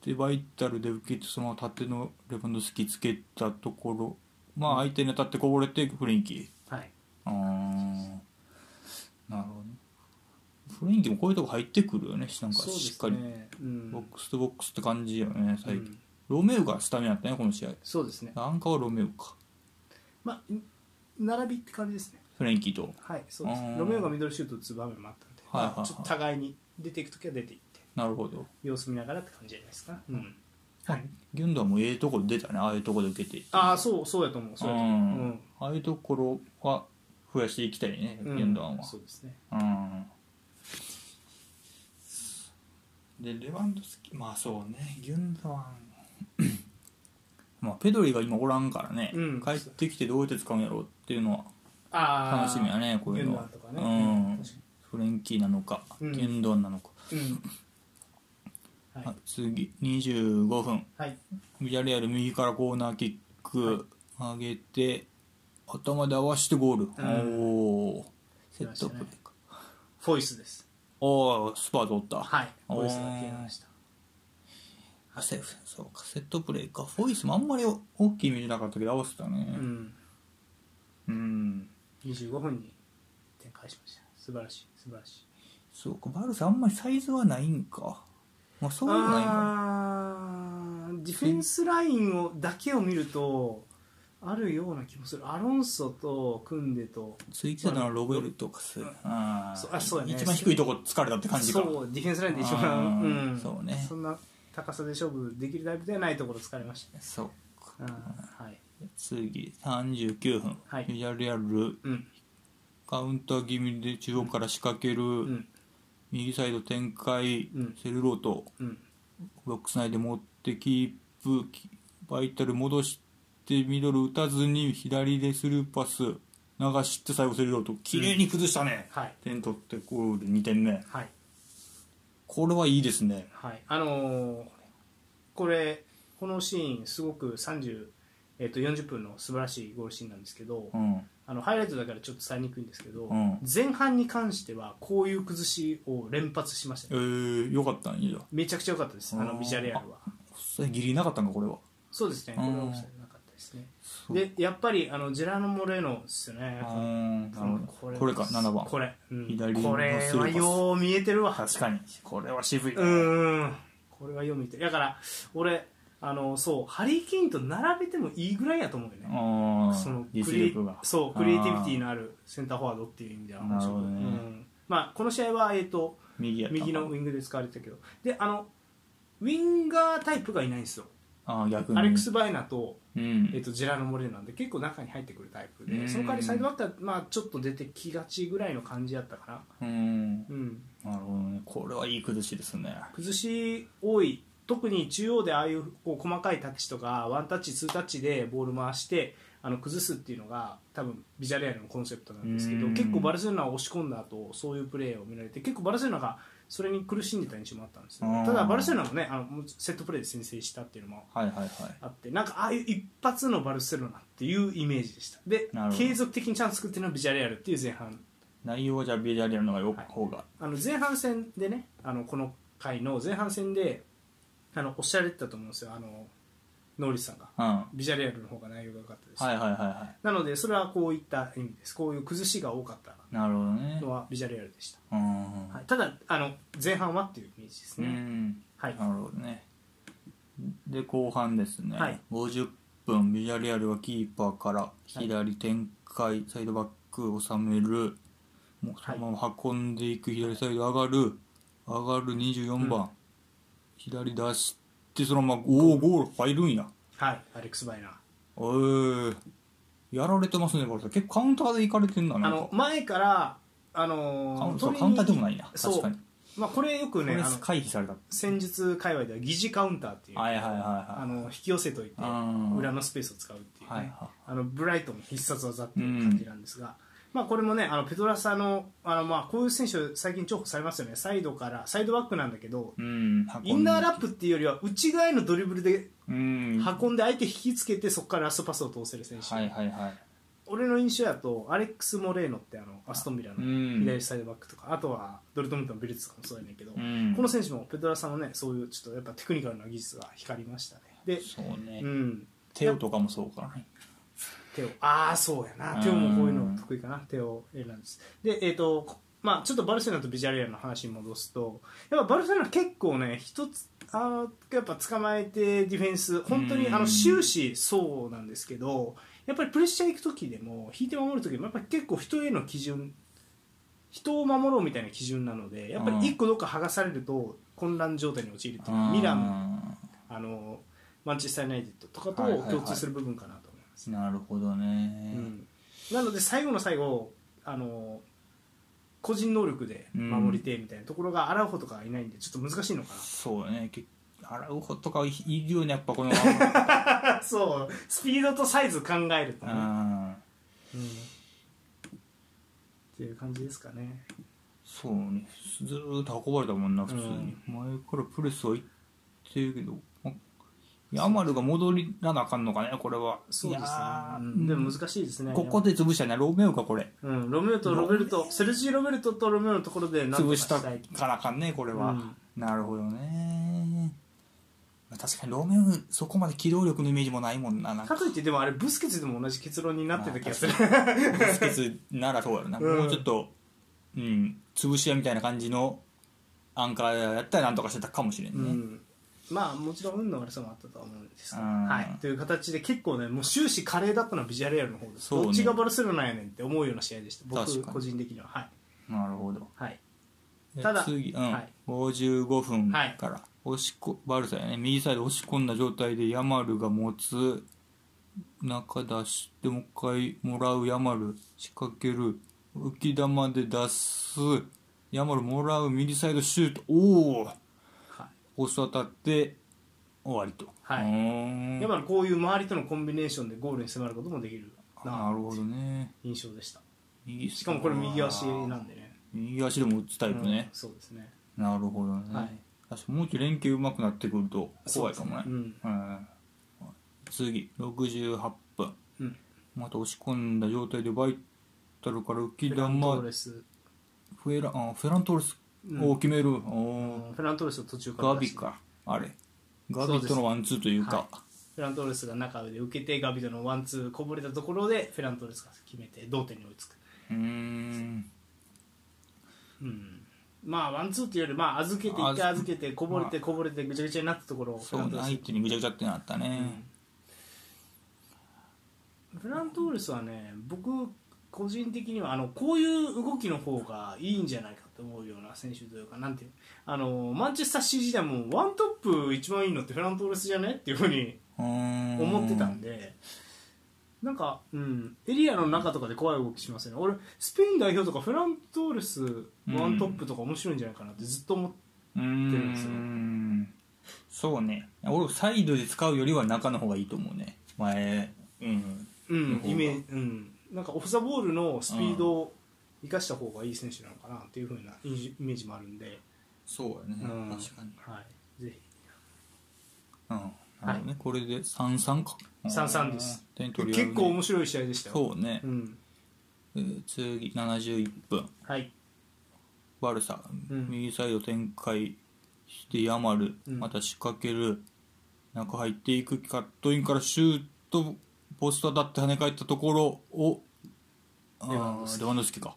Speaker 2: でバイタルで受けてその縦のレバンドフスキーつけたところまあ相手に当たってこぼれてフレンキ
Speaker 1: はい
Speaker 2: ーうんなるほどねフレンキーもこういうとこ入ってくるよねなんか
Speaker 1: そうで
Speaker 2: しっ
Speaker 1: す
Speaker 2: かり、
Speaker 1: ねうん
Speaker 2: ボックスとボックスって感じよね最近、
Speaker 1: うん
Speaker 2: ロメウがスタメンやったねこの試合
Speaker 1: そうですね
Speaker 2: アンカーはロメウか
Speaker 1: まあん並びって感じですね
Speaker 2: フレンキーと
Speaker 1: はいそうです
Speaker 2: うん
Speaker 1: ロメオがミドルシュート打つ場面もあったんで
Speaker 2: はいはいはい
Speaker 1: まあちょっと互いに出ていくときは出ていって
Speaker 2: なるほど
Speaker 1: 様子見ながらって感じじゃないですかうんはい
Speaker 2: ギュンドアンもええとこ出たねああいうとこで受けて
Speaker 1: ああそうそうやと思うそうやと
Speaker 2: う
Speaker 1: 思ううんん
Speaker 2: ああいうところは増やしていきたいね、
Speaker 1: うん
Speaker 2: ギュンドアンは
Speaker 1: そうですね
Speaker 2: うんでレバンドフスキまあそうねギュンドアン
Speaker 1: *coughs*
Speaker 2: まあペドリが今おらんからね、
Speaker 1: うん
Speaker 2: 帰ってきてどうやって使うんやろうっていうのは
Speaker 1: ああ
Speaker 2: 楽しみやねこういうの
Speaker 1: ギ
Speaker 2: は
Speaker 1: ュンドアンとかね
Speaker 2: うん
Speaker 1: うん確か
Speaker 2: フレンキーなのか、
Speaker 1: うん
Speaker 2: ギュンドアンなのか、
Speaker 1: うんはい
Speaker 2: あ次25分
Speaker 1: はい
Speaker 2: ビジャレアル右からコーナーキック上げて、頭で合わせてゴール、
Speaker 1: うん
Speaker 2: おおセットプレーか、
Speaker 1: フォイスです
Speaker 2: おおスパー取った
Speaker 1: はい
Speaker 2: おー
Speaker 1: フォイスが消えました
Speaker 2: あセーフそうかセットプレーかフォイスもあんまり大きい意味じゃなかったけど合わせた
Speaker 1: う
Speaker 2: ね
Speaker 1: ん
Speaker 2: うん、
Speaker 1: 25分に展開しました素晴らしい素晴らしい
Speaker 2: そうかバルサあんまりサイズはないんかまあそういうのないんか
Speaker 1: あーディフェンスラインをだけを見るとあるような気もするアロンソと組んでと
Speaker 2: 次来たのはロベルトかス、あー
Speaker 1: そうあそうやね
Speaker 2: 一番低いとこ疲れたって感じか
Speaker 1: そうディフェンスラインで一
Speaker 2: あ
Speaker 1: 番、
Speaker 2: ー
Speaker 1: うん、
Speaker 2: そうね
Speaker 1: そんな高さで勝負できるタイプではないところ疲れましたね、
Speaker 2: そうか
Speaker 1: うんはい
Speaker 2: 次39分、
Speaker 1: はい
Speaker 2: ビジャレアル
Speaker 1: うん
Speaker 2: カウンター気味で中央から仕掛ける、
Speaker 1: うん
Speaker 2: 右サイド展開、
Speaker 1: うん
Speaker 2: セルロート
Speaker 1: うん
Speaker 2: ボックス内で持ってキープキバイタル戻してミドル打たずに左でスルーパス流して最後セルロート綺麗に崩したね、
Speaker 1: はい
Speaker 2: 点取ってゴール2点目
Speaker 1: はい
Speaker 2: これはいいですね
Speaker 1: はいあのーこれこのシーンすごく30、えっと40分の素晴らしいゴールシーンなんですけど、
Speaker 2: うん
Speaker 1: あのハイライトだからちょっと伝えにくいんですけど、
Speaker 2: うん
Speaker 1: 前半に関してはこういう崩しを連発しました
Speaker 2: え
Speaker 1: ね
Speaker 2: ー、よかったんいいじゃん
Speaker 1: めちゃくちゃ良かったですあ
Speaker 2: あ
Speaker 1: の
Speaker 2: ー
Speaker 1: ビジャレアルは
Speaker 2: それギリなかったんかこれは
Speaker 1: そうですねこれはオフサイドなかったですねでやっぱりあのジェラーノ・モレーノですよね
Speaker 2: あーなるほどこれか7番
Speaker 1: これ、うん
Speaker 2: 左の
Speaker 1: これ
Speaker 2: スルー
Speaker 1: は
Speaker 2: パス
Speaker 1: よう見えてるわ
Speaker 2: 確かにこれは渋いね
Speaker 1: うーんこれはよう見えてるだから俺あのそうハリー・ケインと並べてもいいぐらいやと思うよね
Speaker 2: あー
Speaker 1: そのク
Speaker 2: 実
Speaker 1: リエイ
Speaker 2: 力が
Speaker 1: そうクリエイティビティ
Speaker 2: あー
Speaker 1: のあるセンターフォワードっていう意味では
Speaker 2: なるほどね
Speaker 1: うんまあ、この試合は、えー、と
Speaker 2: 右やった
Speaker 1: 右のウィングで使われてたけどであのウィンガータイプがいないんですよ、
Speaker 2: あー逆に
Speaker 1: アレックス・バイナと,、
Speaker 2: うん
Speaker 1: えー、とジェラーノ・モレーノなんで結構中に入ってくるタイプ
Speaker 2: う
Speaker 1: で
Speaker 2: ん
Speaker 1: その代わりサイドバックは、まあ、ちょっと出てきがちぐらいの感じやったか
Speaker 2: うん
Speaker 1: な、うん、
Speaker 2: なるほどねこれはいい崩しですね
Speaker 1: 崩し多い特に中央でああいうこう細かいタッチとかワンタッチツータッチでボール回してあの崩すっていうのが多分ビジャレアルのコンセプトなんですけど
Speaker 2: うん
Speaker 1: 結構バルセロナを押し込んだ後そういうプレーを見られて結構バルセロナがそれに苦しんでた印象もあったんですよ
Speaker 2: うん
Speaker 1: ただバルセロナもねあのもうセットプレーで先制したっていうのも
Speaker 2: はいはいはい
Speaker 1: あってなんかああいう一発のバルセロナっていうイメージでしたで
Speaker 2: なるほど
Speaker 1: 継続的にチャンス作ってるのはビジャレアルっていう前半
Speaker 2: 内容はじゃあビジャレアルの方がよ
Speaker 1: はい
Speaker 2: 方が
Speaker 1: あの前半戦でねあのこの回の前半戦であのおっしゃられてたと思うんですよあのノーリスさんが
Speaker 2: うんは
Speaker 1: ビジャレアルの方が内容が良かったで
Speaker 2: い
Speaker 1: す、
Speaker 2: はいはいは
Speaker 1: なのでそれはこういった意味ですこういう崩しが多かった
Speaker 2: いなるほどね
Speaker 1: のはビジャレアルでした、
Speaker 2: うん、
Speaker 1: はい、ただあの前半はっていうイメージです
Speaker 2: う
Speaker 1: ね、
Speaker 2: ん
Speaker 1: はい
Speaker 2: なるほどねで後半ですね、
Speaker 1: はい
Speaker 2: 50分ビジャレアルはキーパーから左展開、サイドバック収めるもうそ
Speaker 1: はい
Speaker 2: のまま運んでいく左サイド上がる上がる24番、左出してそのままおおゴール入るんや
Speaker 1: はいアレックス・バイナー
Speaker 2: おーやられてますねこれ結構カウンターでいかれてんだね
Speaker 1: あ
Speaker 2: なん
Speaker 1: の
Speaker 2: か
Speaker 1: 前からあ
Speaker 2: カウ
Speaker 1: の
Speaker 2: ンそ
Speaker 1: 取り
Speaker 2: う
Speaker 1: に
Speaker 2: カウンターでもないな
Speaker 1: そ
Speaker 2: 確
Speaker 1: う
Speaker 2: かに
Speaker 1: まあ、これよく
Speaker 2: こ
Speaker 1: ね
Speaker 2: れ
Speaker 1: あの
Speaker 2: 回避された
Speaker 1: 戦術界隈では疑似カウンターっていう、
Speaker 2: はいはいはいはい
Speaker 1: あの引き寄せといて
Speaker 2: うん
Speaker 1: 裏のスペースを使うっていう、ね
Speaker 2: はいはい
Speaker 1: あのブライトン必殺技っていう感じなんですが、まあ、これもねあのペトラサのあの、まあ、こういう選手最近重宝されますよねサイドからサイドバックなんだけど
Speaker 2: うん
Speaker 1: インナーラ
Speaker 2: ッ
Speaker 1: ップっていうよりは内側へのドリブルで
Speaker 2: プうんは
Speaker 1: 運んで相手引きつけてそこからラストパスを通せる選手、
Speaker 2: いはいはい
Speaker 1: 俺の印象やとアレックス・モレーノってあのアストンビラ
Speaker 2: う
Speaker 1: の
Speaker 2: ん
Speaker 1: 左サイドバックとか、あとはドルトムントのビルツとかもそうやねんけど、
Speaker 2: うん
Speaker 1: この選手もペトラサのねそういうちょっとやっぱテクニカルな技術が光りましたねで、
Speaker 2: そうね、
Speaker 1: うん、
Speaker 2: テオとかもそうか
Speaker 1: 手をああそうや
Speaker 2: う
Speaker 1: なん手をもこういうの得意かな手を選んですでえっ、とこまあちょっとバルセロナとビジャレアルの話に戻すとやっぱバルセロナ結構ね一つあーやっぱ捕まえてディフェンス本当に
Speaker 2: うん
Speaker 1: あの終始そうなんですけどやっぱりプレッシャー行く時でも引いて守る時でもやっぱり結構人への基準人を守ろうみたいな基準なのでやっぱり一個どっか剥がされると混乱状態に陥るっていうのはミランあのマンチェスター・ユナイテッドとかと
Speaker 2: はいはいはい
Speaker 1: 共通する部分かなと思います。
Speaker 2: なるほど
Speaker 1: う
Speaker 2: ね、
Speaker 1: んなので最後の最後あの個人能力で守りてみたいなところがアラウホとかはいないんでちょっと難しいのか
Speaker 2: そうねけアラウホとかはいいるよねやっ
Speaker 1: *laughs*
Speaker 2: ぱこの
Speaker 1: な *laughs* そうスピードとサイズ考えると
Speaker 2: う
Speaker 1: ね、
Speaker 2: ん
Speaker 1: うんっていう感じですかね
Speaker 2: そうねずーっと運ばれたもんな普通に、前からプレスは行ってるけどあヤマルが戻らなあかんのかねこれは
Speaker 1: そうですね
Speaker 2: いやー、
Speaker 1: うんでも難しいですね
Speaker 2: ここで潰したねロメオかこれ
Speaker 1: うん、ロメオとロベルトセルジー・ロベルトとロメオのところで何と
Speaker 2: 潰
Speaker 1: か
Speaker 2: し
Speaker 1: したた
Speaker 2: か
Speaker 1: い
Speaker 2: らあかんねこれは、
Speaker 1: うん
Speaker 2: なるほどねまあ確かにロメオそこまで機動力のイメージもないもんななんか
Speaker 1: かといってでもあれブスケツでも同じ結論になってた気がする
Speaker 2: ブスケツならそうやろな、
Speaker 1: うん
Speaker 2: もうちょっとうん潰し屋みたいな感じのアンカーやったらなんとかしてたかもしれんね、
Speaker 1: うんまあもちろん運の悪さもあったとは思うんですけど、
Speaker 2: うん
Speaker 1: はい、という形で結構ねもう終始華麗だったのはビジャレアルの方です、
Speaker 2: そうね
Speaker 1: どっちがバルセロナやねんって思うような試合でした
Speaker 2: 確
Speaker 1: 僕
Speaker 2: かに
Speaker 1: 個人的にははい、
Speaker 2: なるほど
Speaker 1: はい、
Speaker 2: で
Speaker 1: ただ
Speaker 2: 次、うん
Speaker 1: はい
Speaker 2: 55分から、押しこバルサやね右サイド押し込んだ状態でヤマルが持つ中出してもう一回もらうヤマル仕掛ける浮き玉で出すヤマルもらう右サイドシュートお
Speaker 1: は
Speaker 2: お押し当たって終わりと
Speaker 1: はいい、やっ
Speaker 2: い
Speaker 1: ぱりこういう周りとのコンビネーションでゴールに迫ることもできる
Speaker 2: な
Speaker 1: な
Speaker 2: るほどね
Speaker 1: 印象でした
Speaker 2: 右
Speaker 1: しかもこれ右足なんでね
Speaker 2: 右足でも打つタイプね
Speaker 1: うん、そうですね
Speaker 2: なるほどね、
Speaker 1: はい
Speaker 2: 確かにもうちょい連携うまくなってくると怖いかもね
Speaker 1: そうですね
Speaker 2: うん次68分
Speaker 1: うん
Speaker 2: また押し込んだ状態でバイタルから浮き
Speaker 1: フェラントー
Speaker 2: 玉
Speaker 1: レス
Speaker 2: フェラあフェラントーレス
Speaker 1: うん
Speaker 2: を決める、お
Speaker 1: う
Speaker 2: ー
Speaker 1: んフェラントーレスを途中から
Speaker 2: ガ
Speaker 1: 出
Speaker 2: ビ
Speaker 1: して
Speaker 2: かあれガ
Speaker 1: そう
Speaker 2: ビ
Speaker 1: です
Speaker 2: とのワンツーというか、
Speaker 1: フェラントーレスが中で受けてガビドのワンツーこぼれたところでフェラントーレスが決めて同点に追いつく、
Speaker 2: うーん
Speaker 1: うん、まあワンツーっていうよりまあ預けて一回預けてこぼれ
Speaker 2: ま
Speaker 1: てこぼれてぐちゃぐちゃになったところをフ
Speaker 2: そ
Speaker 1: ェラ
Speaker 2: う
Speaker 1: ント
Speaker 2: ね
Speaker 1: ーレ
Speaker 2: 相手にぐちゃぐちゃってなったね、
Speaker 1: スフェラントーレスはね僕個人的にはあのこういう動きの方がいいんじゃないかと思うような選手というかなんていうあのマンチェスターシー時代もワントップ一番いいのってフェラントーレスじゃねっていうふうに
Speaker 2: うーん
Speaker 1: 思ってたんで、なんか、うん、エリアの中とかで怖い動きしますよね、俺、スペイン代表とか、フェラントーレスワントップとか面白いんじゃないかなってずっと思って、
Speaker 2: うー
Speaker 1: ってるんですよ
Speaker 2: んそうね俺サイドで使うよりは中の方がいいと思うね前うん
Speaker 1: うん
Speaker 2: うん
Speaker 1: イメージ、うん、なんかオフ・ザ・ボールのスピードを生かした方がいい選手なのかなっていうふうなイメージイメージもあるんで、
Speaker 2: そうやね
Speaker 1: うん
Speaker 2: 確かに
Speaker 1: はい、ぜひ、
Speaker 2: うんなるほどねこれで33か
Speaker 1: 33です
Speaker 2: 点取り合うね
Speaker 1: 結構面白い試合でしたよ。
Speaker 2: そうね
Speaker 1: う、ん
Speaker 2: えー次71分
Speaker 1: はい
Speaker 2: バルサ、
Speaker 1: うん
Speaker 2: 右サイド展開してヤマル、
Speaker 1: うん
Speaker 2: また仕掛ける中入っていくカットインからシュートポスト当たって跳ね返ったところをあー
Speaker 1: レバンドフスキ
Speaker 2: レバンドフスキか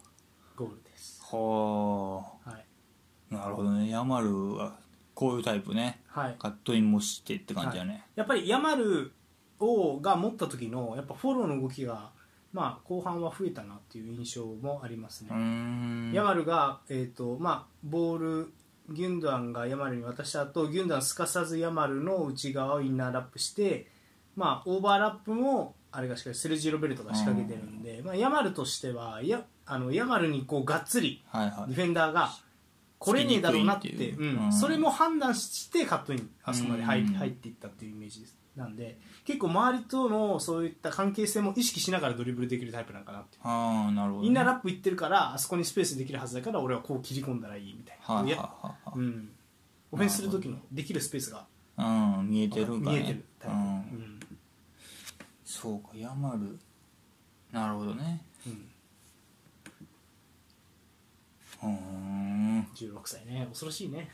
Speaker 1: ゴールです、
Speaker 2: はあ
Speaker 1: はい
Speaker 2: なるほどねヤマルはこういうタイプね
Speaker 1: はい、
Speaker 2: カットインもしてって感じだね、
Speaker 1: やっぱりヤマルをが持った時のやっぱフォローの動きが、まあ、後半は増えたなっていう印象もあります
Speaker 2: うー
Speaker 1: ね、
Speaker 2: ん
Speaker 1: ヤマルが、えーとまあ、ボールギュンドアンがヤマルに渡した後ギュンドアンすかさずヤマルの内側をインナーラップして、まあ、オーバーラップもあれがしかしセルジー・ロベルトが仕掛けてるんで、まあ、ヤマルとしてはやあのヤマルにこうがっつり
Speaker 2: はいはい
Speaker 1: ディフェンダーが来れねえだろうなって
Speaker 2: つきにくいって
Speaker 1: う
Speaker 2: いうんうん
Speaker 1: それも判断してカットインあそこまで入,、
Speaker 2: うん
Speaker 1: 入っていったっていうイメージですなんで結構周りとのそういった関係性も意識しながらドリブルできるタイプなんかなって
Speaker 2: ああなるほど、ね、
Speaker 1: インナーラップいってるからあそこにスペースできるはずだから俺はこう切り込んだらいいみたいな、
Speaker 2: はい
Speaker 1: い
Speaker 2: はい
Speaker 1: や
Speaker 2: はい
Speaker 1: うん、オフェンスする時のできるスペースが
Speaker 2: はいうん見えてるかね
Speaker 1: 見えてるタイ
Speaker 2: う
Speaker 1: プ、
Speaker 2: ん、そうかヤマルなるほどね
Speaker 1: うんうん
Speaker 2: うーん
Speaker 1: 16歳ね恐ろしいね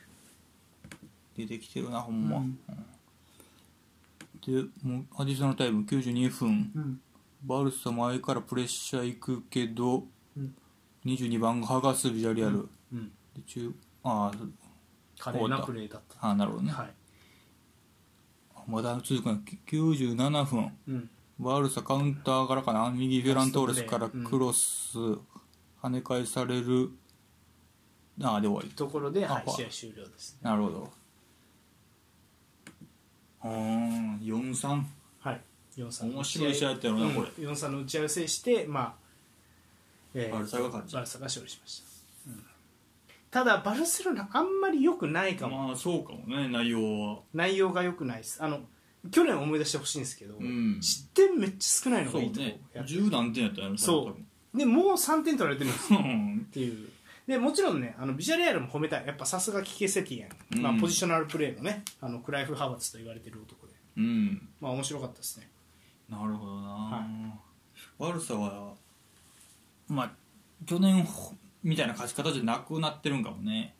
Speaker 2: 出てきてるなほんま、
Speaker 1: うん
Speaker 2: うんでもうアディショナルタイム92分
Speaker 1: うん
Speaker 2: バルサ前からプレッシャー行くけど
Speaker 1: うん
Speaker 2: 22番が剥がすビジャリアル、
Speaker 1: うん
Speaker 2: で中ああ
Speaker 1: 華麗なプレーだった
Speaker 2: ああなるほどね、
Speaker 1: はい
Speaker 2: まだ続くの97分
Speaker 1: うん
Speaker 2: バルサカウンターからかな右フェラントーレスから
Speaker 1: ラストプレーうん
Speaker 2: クロス、跳ね返されるああで終わり
Speaker 1: ところで、はい
Speaker 2: あ、
Speaker 1: 試合終了です
Speaker 2: なるほどうーん43
Speaker 1: はい、4-3
Speaker 2: 面白い試合やったよなこれ
Speaker 1: 4-3の打ち合いを制して、まあえ
Speaker 2: バルサが勝ち
Speaker 1: バルサが勝利しました、うんただバルセロナあんまり良くないかも、
Speaker 2: まあそうかもね内容は
Speaker 1: 内容が良くないですあの去年思い出してほしいんですけど、
Speaker 2: うん
Speaker 1: 失点めっちゃ少ないの
Speaker 2: そ
Speaker 1: が
Speaker 2: う
Speaker 1: いいとこ
Speaker 2: ね
Speaker 1: やっ
Speaker 2: 10何点やったよね
Speaker 1: そうでもう3点取られてるんです
Speaker 2: 多分
Speaker 1: っていうでもちろんねあのビジャレアルも褒めたいやっぱさすがキケセティエン、まあ
Speaker 2: うん
Speaker 1: ポジショナルプレーのねあのクライフ・ハバツと言われてる男で
Speaker 2: *laughs* うん
Speaker 1: まあ面白かったですね
Speaker 2: なるほどな、
Speaker 1: は
Speaker 2: 悪さはまあ去年ほみたいな勝ち方じゃなくなってるんかもね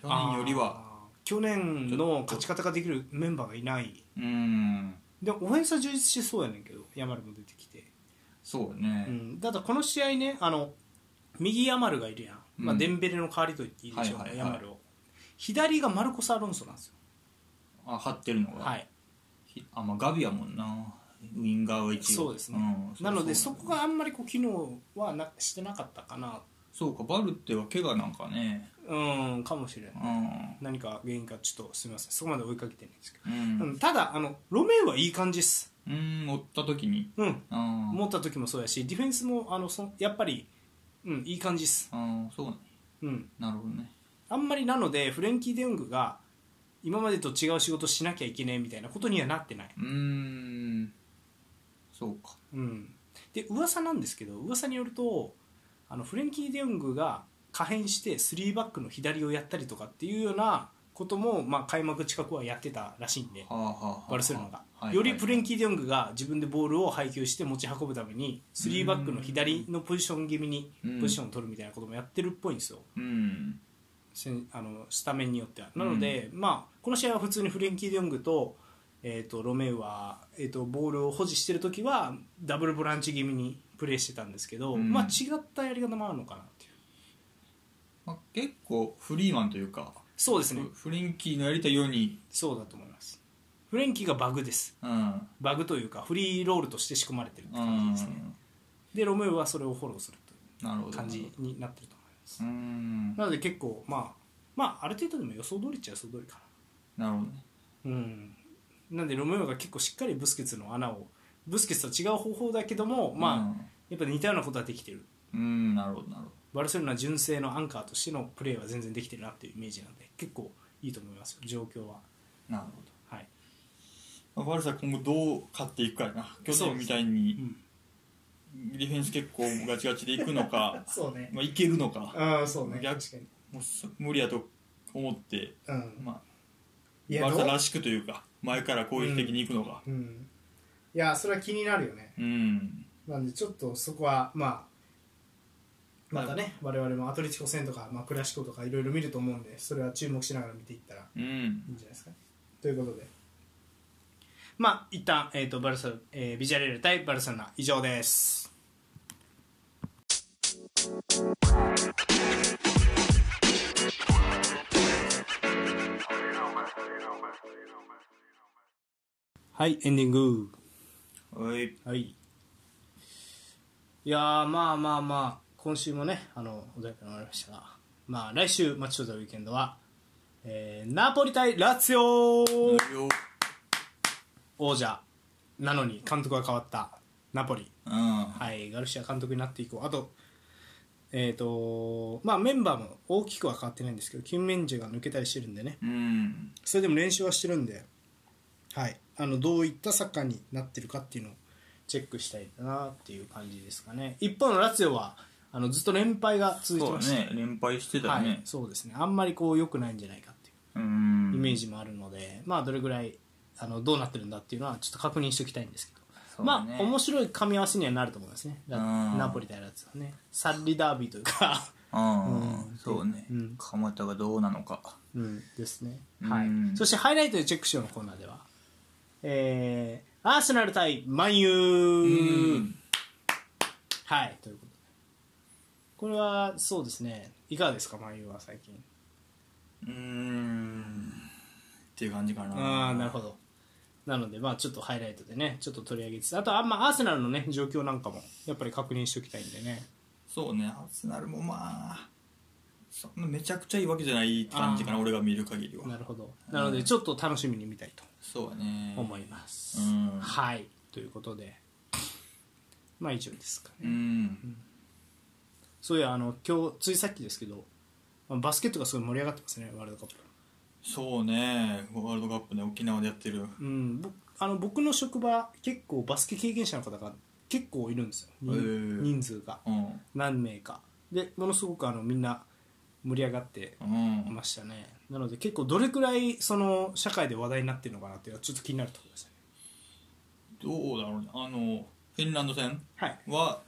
Speaker 2: 去年よりは
Speaker 1: あー去年の勝ち方ができるメンバーがいない
Speaker 2: うん
Speaker 1: でオフェンスは充実しそうやねんけどヤマルも出てきて、
Speaker 2: そうだね、
Speaker 1: うん、ただこの試合ねあの右ヤマルがいるやん、まあ、
Speaker 2: うん
Speaker 1: デンベレの代わりと言っていいでしょう、ね
Speaker 2: はいはい
Speaker 1: ヤ
Speaker 2: はい
Speaker 1: マルを左がマルコス・アロンソなんですよ
Speaker 2: あ張ってるのが、
Speaker 1: はい、
Speaker 2: ひあまあ、ガビやもんなウィンガーは一応
Speaker 1: そうですね
Speaker 2: ん
Speaker 1: なので
Speaker 2: う
Speaker 1: そこがあんまりこう機能はなしてなかったかな
Speaker 2: そうかバルテは怪我なんかね
Speaker 1: うんかもしれない
Speaker 2: うん
Speaker 1: 何か原因かちょっとすみませんそこまで追いかけてないんですけ
Speaker 2: う
Speaker 1: ど、
Speaker 2: ん、
Speaker 1: うんただあのロメウはいい感じです
Speaker 2: うん、追った時に
Speaker 1: うん
Speaker 2: あー
Speaker 1: 持った時もそうやしディフェンスもあのそやっぱり、うん、いい感じです、
Speaker 2: あーそうね
Speaker 1: うん、
Speaker 2: なるほどね
Speaker 1: あんまりなのでフレンキー・デヨングが今までと違う仕事しなきゃいけないみたいなことにはなってない、
Speaker 2: うーんそうか
Speaker 1: うん、で噂なんですけど噂によるとあのフレンキー・デヨングが可変して3バックの左をやったりとかっていうようなことも、まあ、開幕近くはやってたらしいんで
Speaker 2: はあはあはあ
Speaker 1: バルセロナが、
Speaker 2: はい
Speaker 1: よりプレン
Speaker 2: キ
Speaker 1: キー・デヨングが自分でボールを配球して持ち運ぶために3バックの左のポジション気味に
Speaker 2: うん
Speaker 1: ポジションを取るみたいなこともやってるっぽいんですよ、
Speaker 2: うん
Speaker 1: せんあのスタメンによってはなので、まあ、この試合は普通にフレンキー・デヨングと,、えー、とロメウは、えー、とボールを保持してる時はダブルボランチ気味にプレーしてたんですけど、
Speaker 2: うん
Speaker 1: まあ、違ったやり方もあるのかなっていう
Speaker 2: まあ、結構フリーマンというか
Speaker 1: そうですね
Speaker 2: フフレンキーのやりたいように
Speaker 1: そうだと思いますフレンキーがバグです
Speaker 2: うん
Speaker 1: バグというかフリーロールとして仕込まれてるって
Speaker 2: う
Speaker 1: 感
Speaker 2: ん
Speaker 1: じですねでロメウはそれをフォローするとい
Speaker 2: なるほ
Speaker 1: う
Speaker 2: ど
Speaker 1: 感じになってると思います
Speaker 2: うん
Speaker 1: なので結構まあまあある程度でも予想通りっちゃ予想通りかな
Speaker 2: なるほどね
Speaker 1: うん、なんでロメオが結構しっかりブスケツの穴をブスケツと違う方法だけども、まあやっぱ似たようなことはできてる
Speaker 2: うん、うんなるほどなるほ
Speaker 1: バルセロナ純正のアンカーとしてのプレーは全然できてるなっていうイメージなんで結構いいと思いますよ状況は、
Speaker 2: どなる
Speaker 1: はい
Speaker 2: ほど、まあ、バルサ今後どう勝っていくかやな去年みたいに
Speaker 1: ん、
Speaker 2: ディフェンス結構ガチガチでいくのか
Speaker 1: そうね
Speaker 2: まあいけるのか
Speaker 1: ああそう
Speaker 2: ね
Speaker 1: 確かに、
Speaker 2: もうそ無理やと思って、
Speaker 1: うん、
Speaker 2: ま
Speaker 1: い
Speaker 2: あ、バルサらしくというか前から攻撃的にいくのか
Speaker 1: うん、いやそれは気になるよね
Speaker 2: うん
Speaker 1: なんでちょっとそこはまあ
Speaker 2: また
Speaker 1: ね我々もアトレチコ戦とか、まあ、クラシコとかいろいろ見ると思うんでそれは注目しながら見ていったら
Speaker 2: うん
Speaker 1: いいんじゃないですかね。ということで。まあ、一旦、えっ、と、バルサ、えービジャレール対バルセロナ、以上です。はい、エンディング。
Speaker 2: はい
Speaker 1: はい。いやー、まあまあまあ、今週もね、あの、穏やかに終わりましたが、まあ、来週、マッチョザウィーケンドは、えーナポリ対ラツィオ王者なのに監督が変わったナポリ、
Speaker 2: うんは
Speaker 1: はい、ガルシア監督になっていこうあと,、えーとまあ、メンバーも大きくは変わってないんですけどキンメンジェが抜けたりしてるんでね
Speaker 2: うん
Speaker 1: それでも練習はしてるんで、はい、あのどういったサッカーになってるかっていうのをチェックしたいなっていう感じですかね一方のラツィオはあのずっと連敗が続いて
Speaker 2: そう
Speaker 1: ました
Speaker 2: ね連敗してた
Speaker 1: はい
Speaker 2: ね、
Speaker 1: そうですねあんまりこう良くないんじゃないかっていう
Speaker 2: うん
Speaker 1: イメージもあるので、まあ、どれぐらいあのどうなってるんだっていうのはちょっと確認しておきたいんですけど、
Speaker 2: そうね
Speaker 1: まあ面白い組み合わせにはなると思いますねラ
Speaker 2: うん
Speaker 1: ナポリ対ラツィオねサッリダービーというか、
Speaker 2: ああ、
Speaker 1: うん
Speaker 2: そうね、
Speaker 1: うん
Speaker 2: 蒲田がどうなのか
Speaker 1: うん、ですね、
Speaker 2: うん
Speaker 1: はい、そしてハイライトでチェックしようのコーナーでは、えー、アーセナル対マンユーはいということでこれはそうですねいかがですかマンユーは最近
Speaker 2: うーんっていう感じかな
Speaker 1: ああなるほどなのでまあちょっとハイライトでねちょっと取り上げつつあとあんまアーセナルのね状況なんかもやっぱり確認しておきたいんでね
Speaker 2: そうねアーセナルもまあそんなめちゃくちゃいいわけじゃないって感じかな俺が見る限り
Speaker 1: な
Speaker 2: は
Speaker 1: るほどなのでちょっと楽しみに見たいと
Speaker 2: そうやね
Speaker 1: 思います、
Speaker 2: うん
Speaker 1: はいということでまあ以上ですかね、
Speaker 2: うん
Speaker 1: そういやあの今日ついさっきですけどまあバスケットがすごい盛り上がってますねワールドカップ
Speaker 2: そうねワールドカップね沖縄でやってる
Speaker 1: うんぼあの僕の職場結構バスケ経験者の方が結構いるんですよ、人
Speaker 2: へー
Speaker 1: 人数が
Speaker 2: うん
Speaker 1: 何名かでものすごくあのみんな盛り上がって
Speaker 2: うん
Speaker 1: ましたねなので結構どれくらいその社会で話題になってるのかなっていうのはちょっと気になるところですね
Speaker 2: どうだろうねあのフィンランド戦
Speaker 1: はい
Speaker 2: は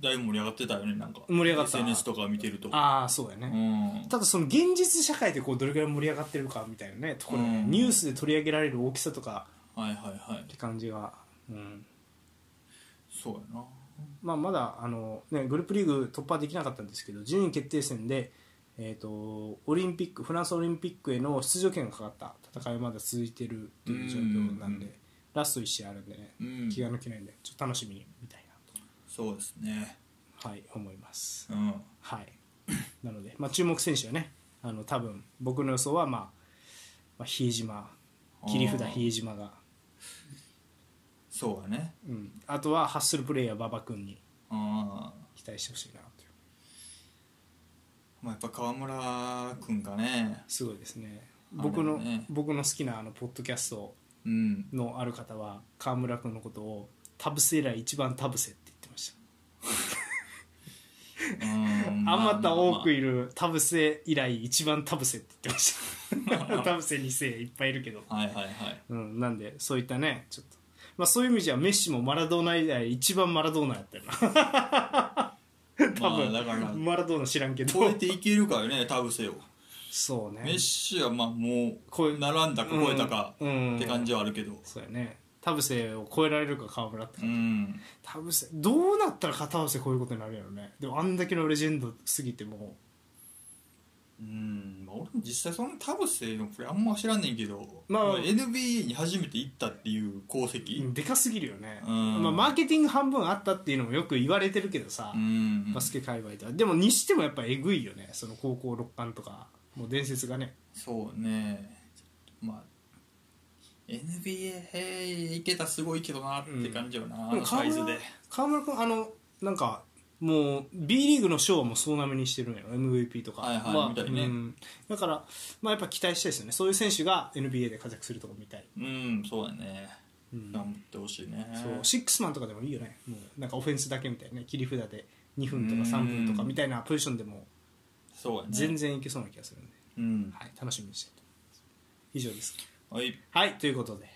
Speaker 2: だいぶ盛り上がってたよねなんか
Speaker 1: 盛り上がった
Speaker 2: SNS とか見てると
Speaker 1: ああそうや
Speaker 2: う
Speaker 1: ね、
Speaker 2: ん
Speaker 1: ただその現実社会でこうどれくらい盛り上がってるかみたいなねところね、
Speaker 2: うん
Speaker 1: ニュースで取り上げられる大きさとか
Speaker 2: はいはいはい
Speaker 1: って感じが、うん
Speaker 2: そうやな
Speaker 1: まあ、まだあの、ね、グループリーグ突破できなかったんですけど順位決定戦で、えー、とオリンピックフランスオリンピックへの出場権がかかった戦いはまだ続いてるという状況なんで、
Speaker 2: うん
Speaker 1: ラスト1試合あるんでね、
Speaker 2: うん
Speaker 1: 気が抜けないんでちょっと楽しみに見たい
Speaker 2: そうですね
Speaker 1: なと、はい、思います。
Speaker 2: うん
Speaker 1: はい、なので、まあ、注目選手はねあの多分僕の予想は、まあ、まあ比江島切り札
Speaker 2: あー
Speaker 1: 比江島が、
Speaker 2: そうだね
Speaker 1: うん、あとはハッスルプレイヤー馬場君に
Speaker 2: ああ
Speaker 1: 期待してほしいなという
Speaker 2: まあやっぱ河村君がね
Speaker 1: すごいですね
Speaker 2: あ
Speaker 1: 僕の
Speaker 2: なるほどね
Speaker 1: 僕の好きなあのポッドキャスト
Speaker 2: うん
Speaker 1: のある方は川村君のことを「田臥以来一番田臥」って言ってました
Speaker 2: うん
Speaker 1: *laughs* あまた多く
Speaker 2: い
Speaker 1: いる田臥以来一番田臥って言ってました *laughs* 田臥2世いっぱいいるけど
Speaker 2: はいはいはい
Speaker 1: うん、なんでそういったねちょっと、まあ、そういう意味じゃメッシもマラドーナ以来一番マラドーナやったよな *laughs* 多分、
Speaker 2: まあだか
Speaker 1: *laughs*
Speaker 2: ら
Speaker 1: マラドーナ知らんけど
Speaker 2: 超えていけるからね田臥を
Speaker 1: そうね
Speaker 2: メッシはまあもう
Speaker 1: 超え
Speaker 2: 並んだか超えたか
Speaker 1: うんうん
Speaker 2: って感じはあるけど
Speaker 1: そうやね田臥を超えられるか川村って
Speaker 2: うん、
Speaker 1: 田臥どうなったら田臥こういうことになるやろねでもあんだけのレジェンドすぎても
Speaker 2: うんまあ、俺も実際その田臥のプレーあんま知らんねんけど、
Speaker 1: まあ
Speaker 2: NBA に初めて行ったっていう功績
Speaker 1: うでかすぎるよね、
Speaker 2: うん
Speaker 1: まあ、マーケティング半分あったっていうのもよく言われてるけどさ、
Speaker 2: うん
Speaker 1: バスケ界隈ではでもにしてもやっぱえぐいよねその高校六冠とかもう伝説がね
Speaker 2: そうねまあ NBA へいけたらすごいけどなって感じよな、あ
Speaker 1: でも
Speaker 2: のサイズで
Speaker 1: 川村君あのなんかもう B リーグの賞はもう総なめにしてるんやろ MVP とか
Speaker 2: はいはいみたいね
Speaker 1: うんだから、まあ、やっぱ期待したいですよねそういう選手が NBA で活躍するとこ見たい、
Speaker 2: うんそうだね
Speaker 1: うん
Speaker 2: 頑張ってほしいね
Speaker 1: そうシックスマンとかでもいいよねもうなんかオフェンスだけみたいなね切り札で2分とか3分とかみたいなポジションでも
Speaker 2: そうやね
Speaker 1: 全然いけそうな気がするんで、
Speaker 2: うん
Speaker 1: はい、楽しみにしてると思います以上です
Speaker 2: はい
Speaker 1: はいということで、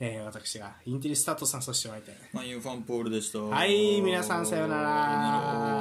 Speaker 1: えー私がインテリスタートさんそしてお相手
Speaker 2: マンユーファンポールでした
Speaker 1: はい皆さんさようなら
Speaker 2: さようなら